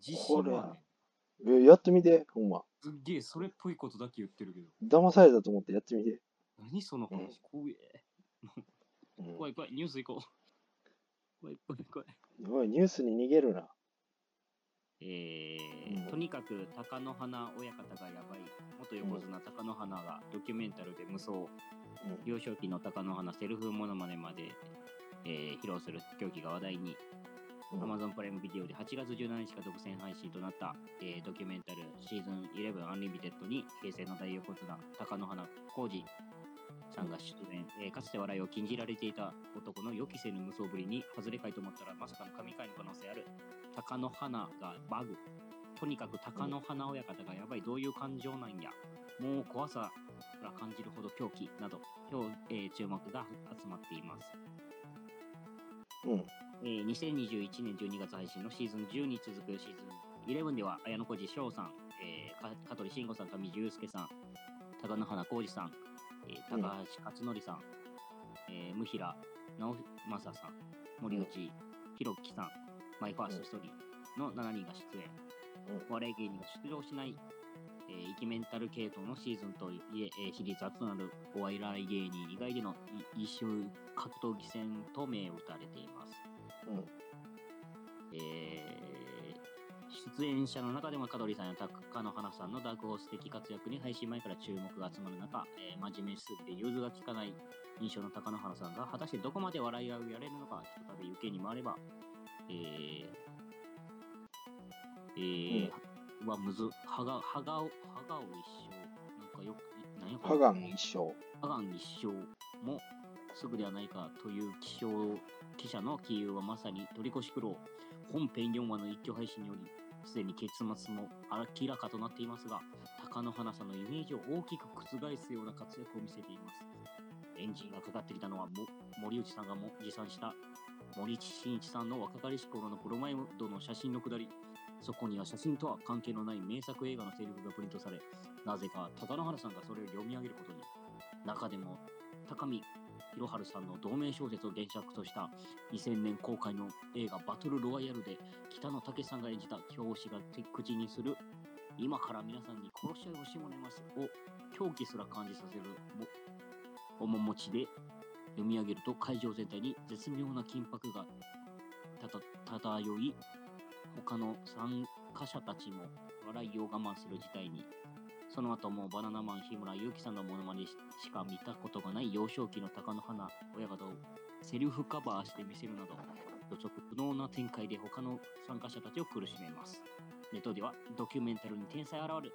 Speaker 4: 自信はね、
Speaker 3: えやってみて、ほんま。
Speaker 4: すっげえそれっぽいことだけ言ってるけど。
Speaker 3: 騙されたと思ってやってみて。
Speaker 4: 何その
Speaker 3: うん
Speaker 4: 話、怖え。
Speaker 3: うん
Speaker 4: 怖い怖い、ニュース行こう。怖い怖い怖い。
Speaker 3: おい、ニュースに逃げるな。
Speaker 4: え
Speaker 3: うん
Speaker 4: ー、とにかく貴乃花親方がやばい元横綱貴乃花がドキュメンタルで無双
Speaker 3: うん
Speaker 4: 幼少期の貴乃花セルフモノマネまでえー披露する競技が話題に、
Speaker 3: うん
Speaker 4: Amazon プライムビデオで8月17日から独占配信となった、えードキュメンタルシーズン11アンリミテッドに平成の大横綱高野花浩二さんが出演、えーかつて笑いを禁じられていた男の予期せぬ無双ぶりに外れかいと思ったらまさかの神回の可能性ある高野花がバグとにかく高野花親方がやばいどういう感情なんやもう怖さが感じるほど狂気など今日、えー注目が集まっています
Speaker 3: うん。
Speaker 4: えー2021年12月配信のシーズン10に続くシーズン11では綾小路翔さん、えー、か香取慎吾さん上地雄介さん高野花浩二さん、えー
Speaker 3: うん
Speaker 4: 高橋克典さん、えー、無平直政さん森内弘樹さんマイファーストストーリーの7人が出演、
Speaker 3: うん
Speaker 4: お笑い芸人が出場しない、えーイケメンタル系統のシーズンといええーシリーズ初となるお笑い芸人以外でのい異種格闘技戦と銘打たれています
Speaker 3: うん。
Speaker 4: えー出演者の中でも香取さんや高野花さんのダークホース的活躍に配信前から注目が集まる中、えー真面目しすぎて融通が利かない印象の高野花さんが果たしてどこまで笑い合いをやれるのかひとたび受けに回れば、えーえーうわむずはがはがおはがお一生なんかよくなんやこれ
Speaker 3: ハガン一生。
Speaker 4: アガン一生もすぐではないかという気象記者の起用はまさに取り越し苦労本編4話の一挙配信によりすでに結末も明らかとなっていますが貴乃花さんのイメージを大きく覆すような活躍を見せていますエンジンがかかってきたのはも森内さんがも持参した森内真一さんの若かりし頃のプロマイドの写真のくだりそこには写真とは関係のない名作映画のセリフがプリントされなぜか貴乃花さんがそれを読み上げることに中でも高見博春さんの同名小説を原作とした2000年公開の映画「バトルロワイヤル」で北野武さんが演じた教師が手口にする「今から皆さんに殺し合いをしてもらいます」を狂気すら感じさせるも面持ちで読み上げると会場全体に絶妙な緊迫がたた漂い他の参加者たちも笑いを我慢する事態にその後もバナナマン日村勇紀さんのモノマネししか見たことがない幼少期の貴乃花親方をセリフカバーして見せるなど予測不能な展開で他の参加者たちを苦しめますネットではドキュメンタルに天才現る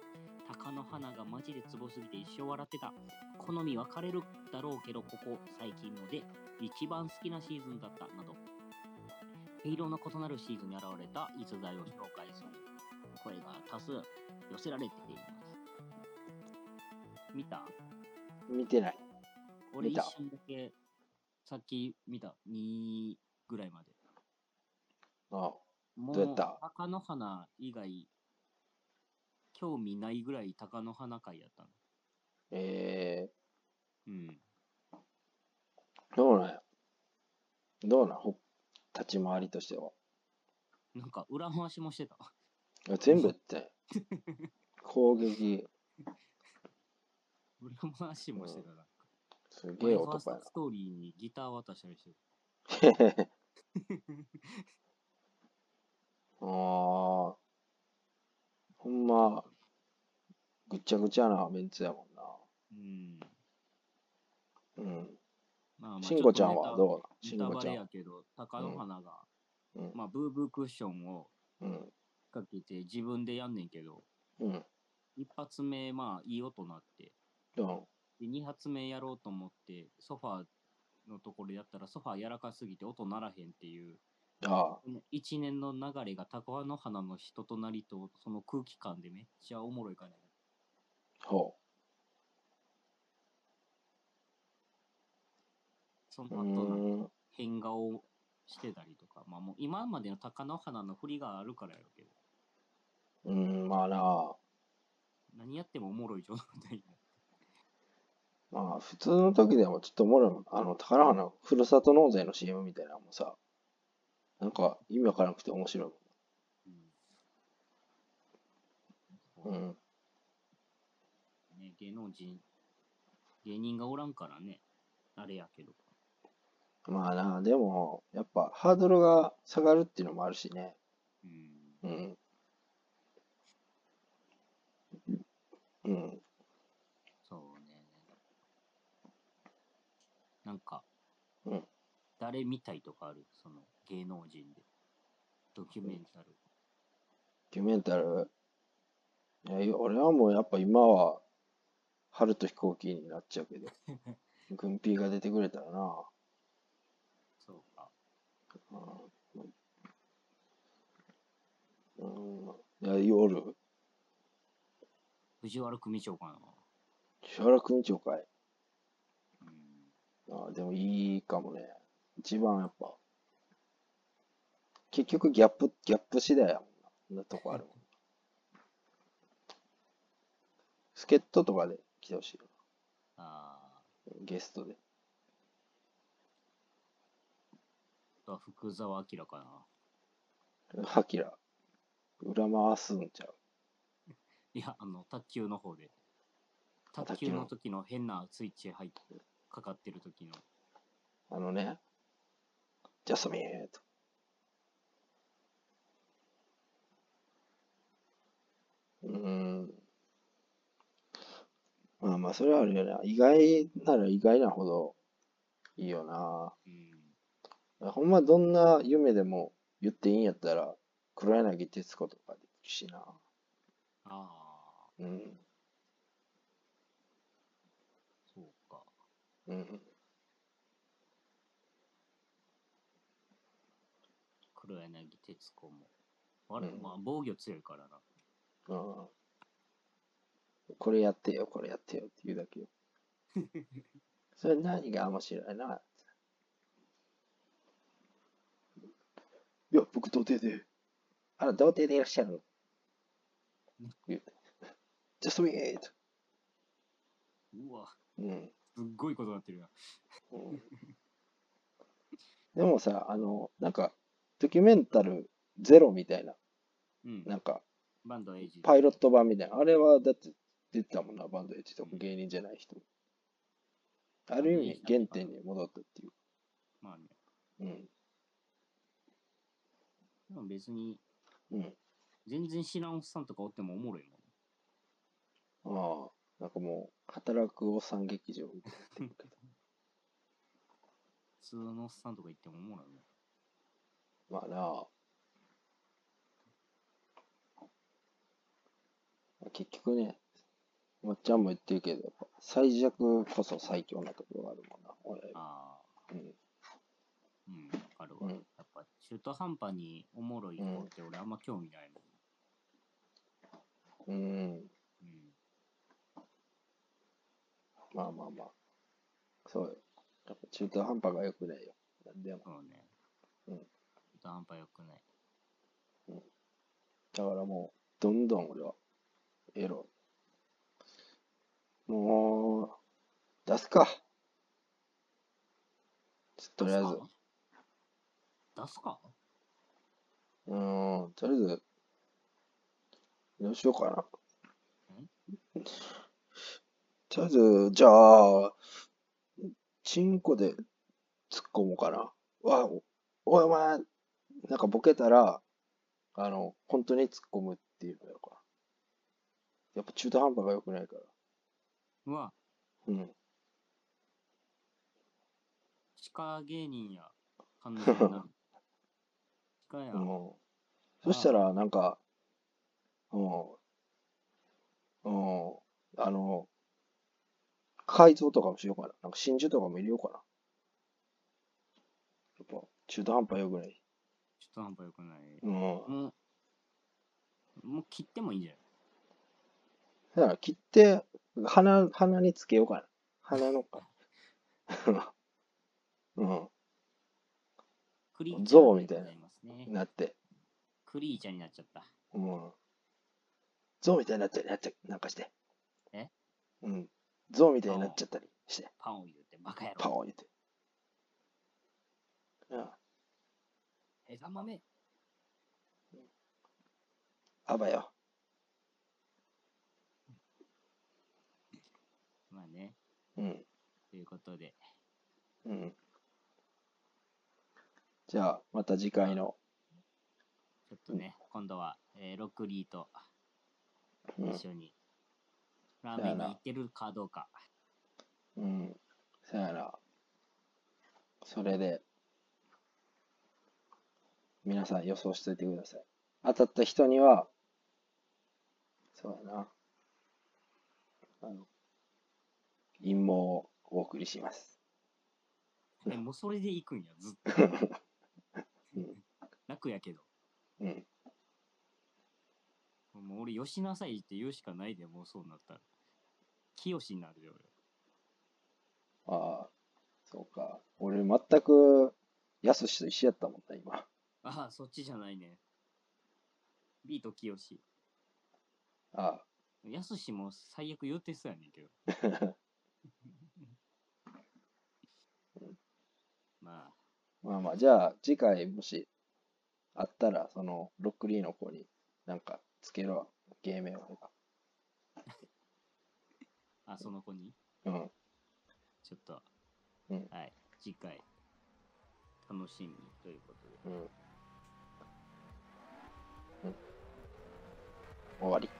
Speaker 4: 貴乃花がマジでツボすぎて一生笑ってた好み分かれるだろうけどここ最近ので一番好きなシーズンだったなど毛色の異なるシーズンに現れた逸材を紹介する声が多数寄せられています見た
Speaker 3: 見てない。
Speaker 4: 俺
Speaker 3: 見
Speaker 4: 一
Speaker 3: た
Speaker 4: 瞬だけさっき見た2ぐらいまで
Speaker 3: あ
Speaker 4: も
Speaker 3: どうやった
Speaker 4: 高野花以外興味ないぐらい高野花会やったの
Speaker 3: え
Speaker 4: うん
Speaker 3: ー、どうなんや。どうなんほ立ち回りとしては。
Speaker 4: なんか裏回しもしてた
Speaker 3: いや全部やってん攻撃、
Speaker 4: 裏回しもしてたな
Speaker 3: すげえ
Speaker 4: マイファース
Speaker 3: 男や
Speaker 4: トストーリーにギター渡したりしてる
Speaker 3: な。あー、ほんま、ぐっちゃぐちゃなメンツやも
Speaker 4: うん
Speaker 3: んな。うん。
Speaker 4: まあまあ
Speaker 3: しんこちゃん
Speaker 4: ょっ
Speaker 3: は
Speaker 4: と
Speaker 3: どうなん
Speaker 4: ネ
Speaker 3: しん
Speaker 4: タネタ
Speaker 3: こ
Speaker 4: バ
Speaker 3: ち
Speaker 4: レ
Speaker 3: ゃん
Speaker 4: や。けど高野花が、
Speaker 3: うん
Speaker 4: まあブーブークッションを
Speaker 3: うん。
Speaker 4: かけて自分でやんねんけど
Speaker 3: うん。
Speaker 4: 一発目まあいい音なって
Speaker 3: うん。
Speaker 4: で2発目やろうと思ってソファーのところやったらソファー柔らかすぎて音ならへんっていう
Speaker 3: あ
Speaker 4: この一年の流れが高輪の花の人となりとその空気感でめっちゃおもろいからね
Speaker 3: あ、ほ。
Speaker 4: そうの
Speaker 3: う
Speaker 4: 後なんか
Speaker 3: ーん。
Speaker 4: 変顔をしてたりとかまあもう今までの高輪花の振りがあるからやろうけど
Speaker 3: うん、まあな、
Speaker 4: 何やってもおもろい状態になって
Speaker 3: まあ普通の時でもちょっとおもろいもん。あの、宝花のふるさと納税の CM みたいなのもさ、なんか意味わからなくて面白いも
Speaker 4: う
Speaker 3: ん。
Speaker 4: ん
Speaker 3: うん。
Speaker 4: ね、芸能人芸人がおらんからねあれやけど
Speaker 3: まあな、でも、やっぱハードルが下がるっていうのもあるしね。
Speaker 4: うん
Speaker 3: うん。うん。
Speaker 4: そうねなんか、
Speaker 3: うん
Speaker 4: 誰みたいとかあるその芸能人で。ドキュメンタル。
Speaker 3: キュメンタル。いや、俺はもうやっぱ今は、春と飛行機になっちゃうけど、軍ピーが出てくれたらな。
Speaker 4: そうか。
Speaker 3: うん。うん、いや、夜、
Speaker 4: 藤原組長かな。
Speaker 3: 千原組長かい。
Speaker 4: うん。
Speaker 3: あでもいいかもね。一番やっぱ。結局ギャップ、ギャップ次第やもんな。そんなとこあるもん。助っ人とかで来てほしいよ。
Speaker 4: あ
Speaker 3: ゲストで。
Speaker 4: ーあとは福沢明かな。
Speaker 3: ハキラ。裏回すんちゃう。
Speaker 4: いや、あの、卓球の方で。
Speaker 3: あ
Speaker 4: 卓
Speaker 3: 卓
Speaker 4: 球
Speaker 3: 球の
Speaker 4: の時の変なスイッチ入って、かかってる時の。
Speaker 3: あのね。ジャスミンと。うーん。まあまあ、それはあるよな。意外なら意外なほどいいよな。
Speaker 4: うん。
Speaker 3: ほんまどんな夢でも言っていいんやったら、黒柳徹子とかできるしな。
Speaker 4: ああ、
Speaker 3: うん。
Speaker 4: そうか。
Speaker 3: うん。
Speaker 4: 黒柳徹子も。あれ、
Speaker 3: うん
Speaker 4: まあ、防御強いからな。
Speaker 3: うん。これやってよ、これやってよって言うだけよ。それ何が面白いな。いや、僕童貞で。あら、童貞でいらっしゃるの。言うジャスミンエイト。
Speaker 4: うわ、
Speaker 3: うん。
Speaker 4: すっごいことになってるな。
Speaker 3: うんでもさ、あの、なんか、ドキュメンタルゼロみたいな、
Speaker 4: うん。
Speaker 3: なんか、
Speaker 4: バンドエイジ。
Speaker 3: パイロット版みたいな。あれは、だって出てたもんな、バンドエッジとか芸人じゃない人も。ある意味、原点に戻ったっていう。
Speaker 4: まあね。
Speaker 3: うん。
Speaker 4: でも別に、
Speaker 3: うん。
Speaker 4: 全然知らんおっさんとかおってもおもろいもん。
Speaker 3: ああ、なんかもう、働くおっさん劇場みたいになってるけ
Speaker 4: 普通のおっさんとか行ってもおもろいもん。
Speaker 3: ど。まあなあ。結局ね、まっちゃんも言ってるけど、やっぱ最弱こそ最強なところがあるもんな。俺
Speaker 4: ああ、
Speaker 3: うん。
Speaker 4: うん、わかるわ。
Speaker 3: うん
Speaker 4: やっぱ、中途半端におもろい子って俺あんま興味ないもん。
Speaker 3: うん。
Speaker 4: うん。
Speaker 3: まあまあまあ。そうよ。やっぱ中途半端が良くないよ。なんでも。
Speaker 4: そうね。
Speaker 3: うん
Speaker 4: 中途半端よくない。
Speaker 3: だからもう、どんどん俺は、エロ。もう、出すか。ちょとりあえず、
Speaker 4: 出すか
Speaker 3: うーん、とりあえず、どうしようかな。とりあえず、じゃあ、チンコで突っ込もうかな。わあ、おおいお前、なんかボケたら、あの、本当に突っ込むっていうのやろうかな。やっぱ中途半端が良くないから。
Speaker 4: うわ、
Speaker 3: うん。
Speaker 4: 地下芸人や、感じに なる。地下や。
Speaker 3: うん、そしたら、なんか、うん、うん、あの、改造とかもしようかな。なんか真珠とかも入れようかな。やっぱ、中途半端よくない。
Speaker 4: 中途半端よくない。
Speaker 3: うん。
Speaker 4: もう、もう切ってもいいんじゃない
Speaker 3: だから、切って、鼻、鼻につけようかな。鼻のか。 う
Speaker 4: クリーチャー
Speaker 3: ゾウみたいな
Speaker 4: になりますね
Speaker 3: ん。。なって。
Speaker 4: クリーチャーになっちゃった。
Speaker 3: うん。象みたいになったり、なっちゃ、なんかして。
Speaker 4: え
Speaker 3: うん。象みたいになっちゃったりして。
Speaker 4: パンを言うて、バカ野
Speaker 3: パ
Speaker 4: 郎。
Speaker 3: オン言って。うん。
Speaker 4: 枝豆。
Speaker 3: あばよ。
Speaker 4: まあね、
Speaker 3: うん。
Speaker 4: ということで、
Speaker 3: うん。じゃあ、また次回の。
Speaker 4: ちょっとね、今度は、えーロックリーと
Speaker 3: うん
Speaker 4: 一。緒に、ラーメンに行けるかどうか。
Speaker 3: うん。さよなら。それで、皆さん予想しておいてください。当たった人には、そうやな。あの、陰謀をお送りします。
Speaker 4: え、もうそれで行くんや、ずっ
Speaker 3: う
Speaker 4: と
Speaker 3: ん。
Speaker 4: 楽やけど。
Speaker 3: うん。
Speaker 4: もう俺、よしなさいって言うしかないで、もうそうなったら。清しになるよ、
Speaker 3: ああ、そうか。俺全く、やすしと一緒やったもんな、今。
Speaker 4: 俺。ああ、そっちじゃないね。ビート清し。
Speaker 3: あ
Speaker 4: やすしも最悪言うてそうやねん けど。
Speaker 3: あ、
Speaker 4: まあ、
Speaker 3: まあまあ、じゃあ次回もしあったら、その、ロックリーの子になんかつけろ、芸名を。
Speaker 4: あ、その子に、
Speaker 3: うん。
Speaker 4: ちょっと、
Speaker 3: うん
Speaker 4: はい、次回、楽しみということで。
Speaker 3: うん。うん。終わり。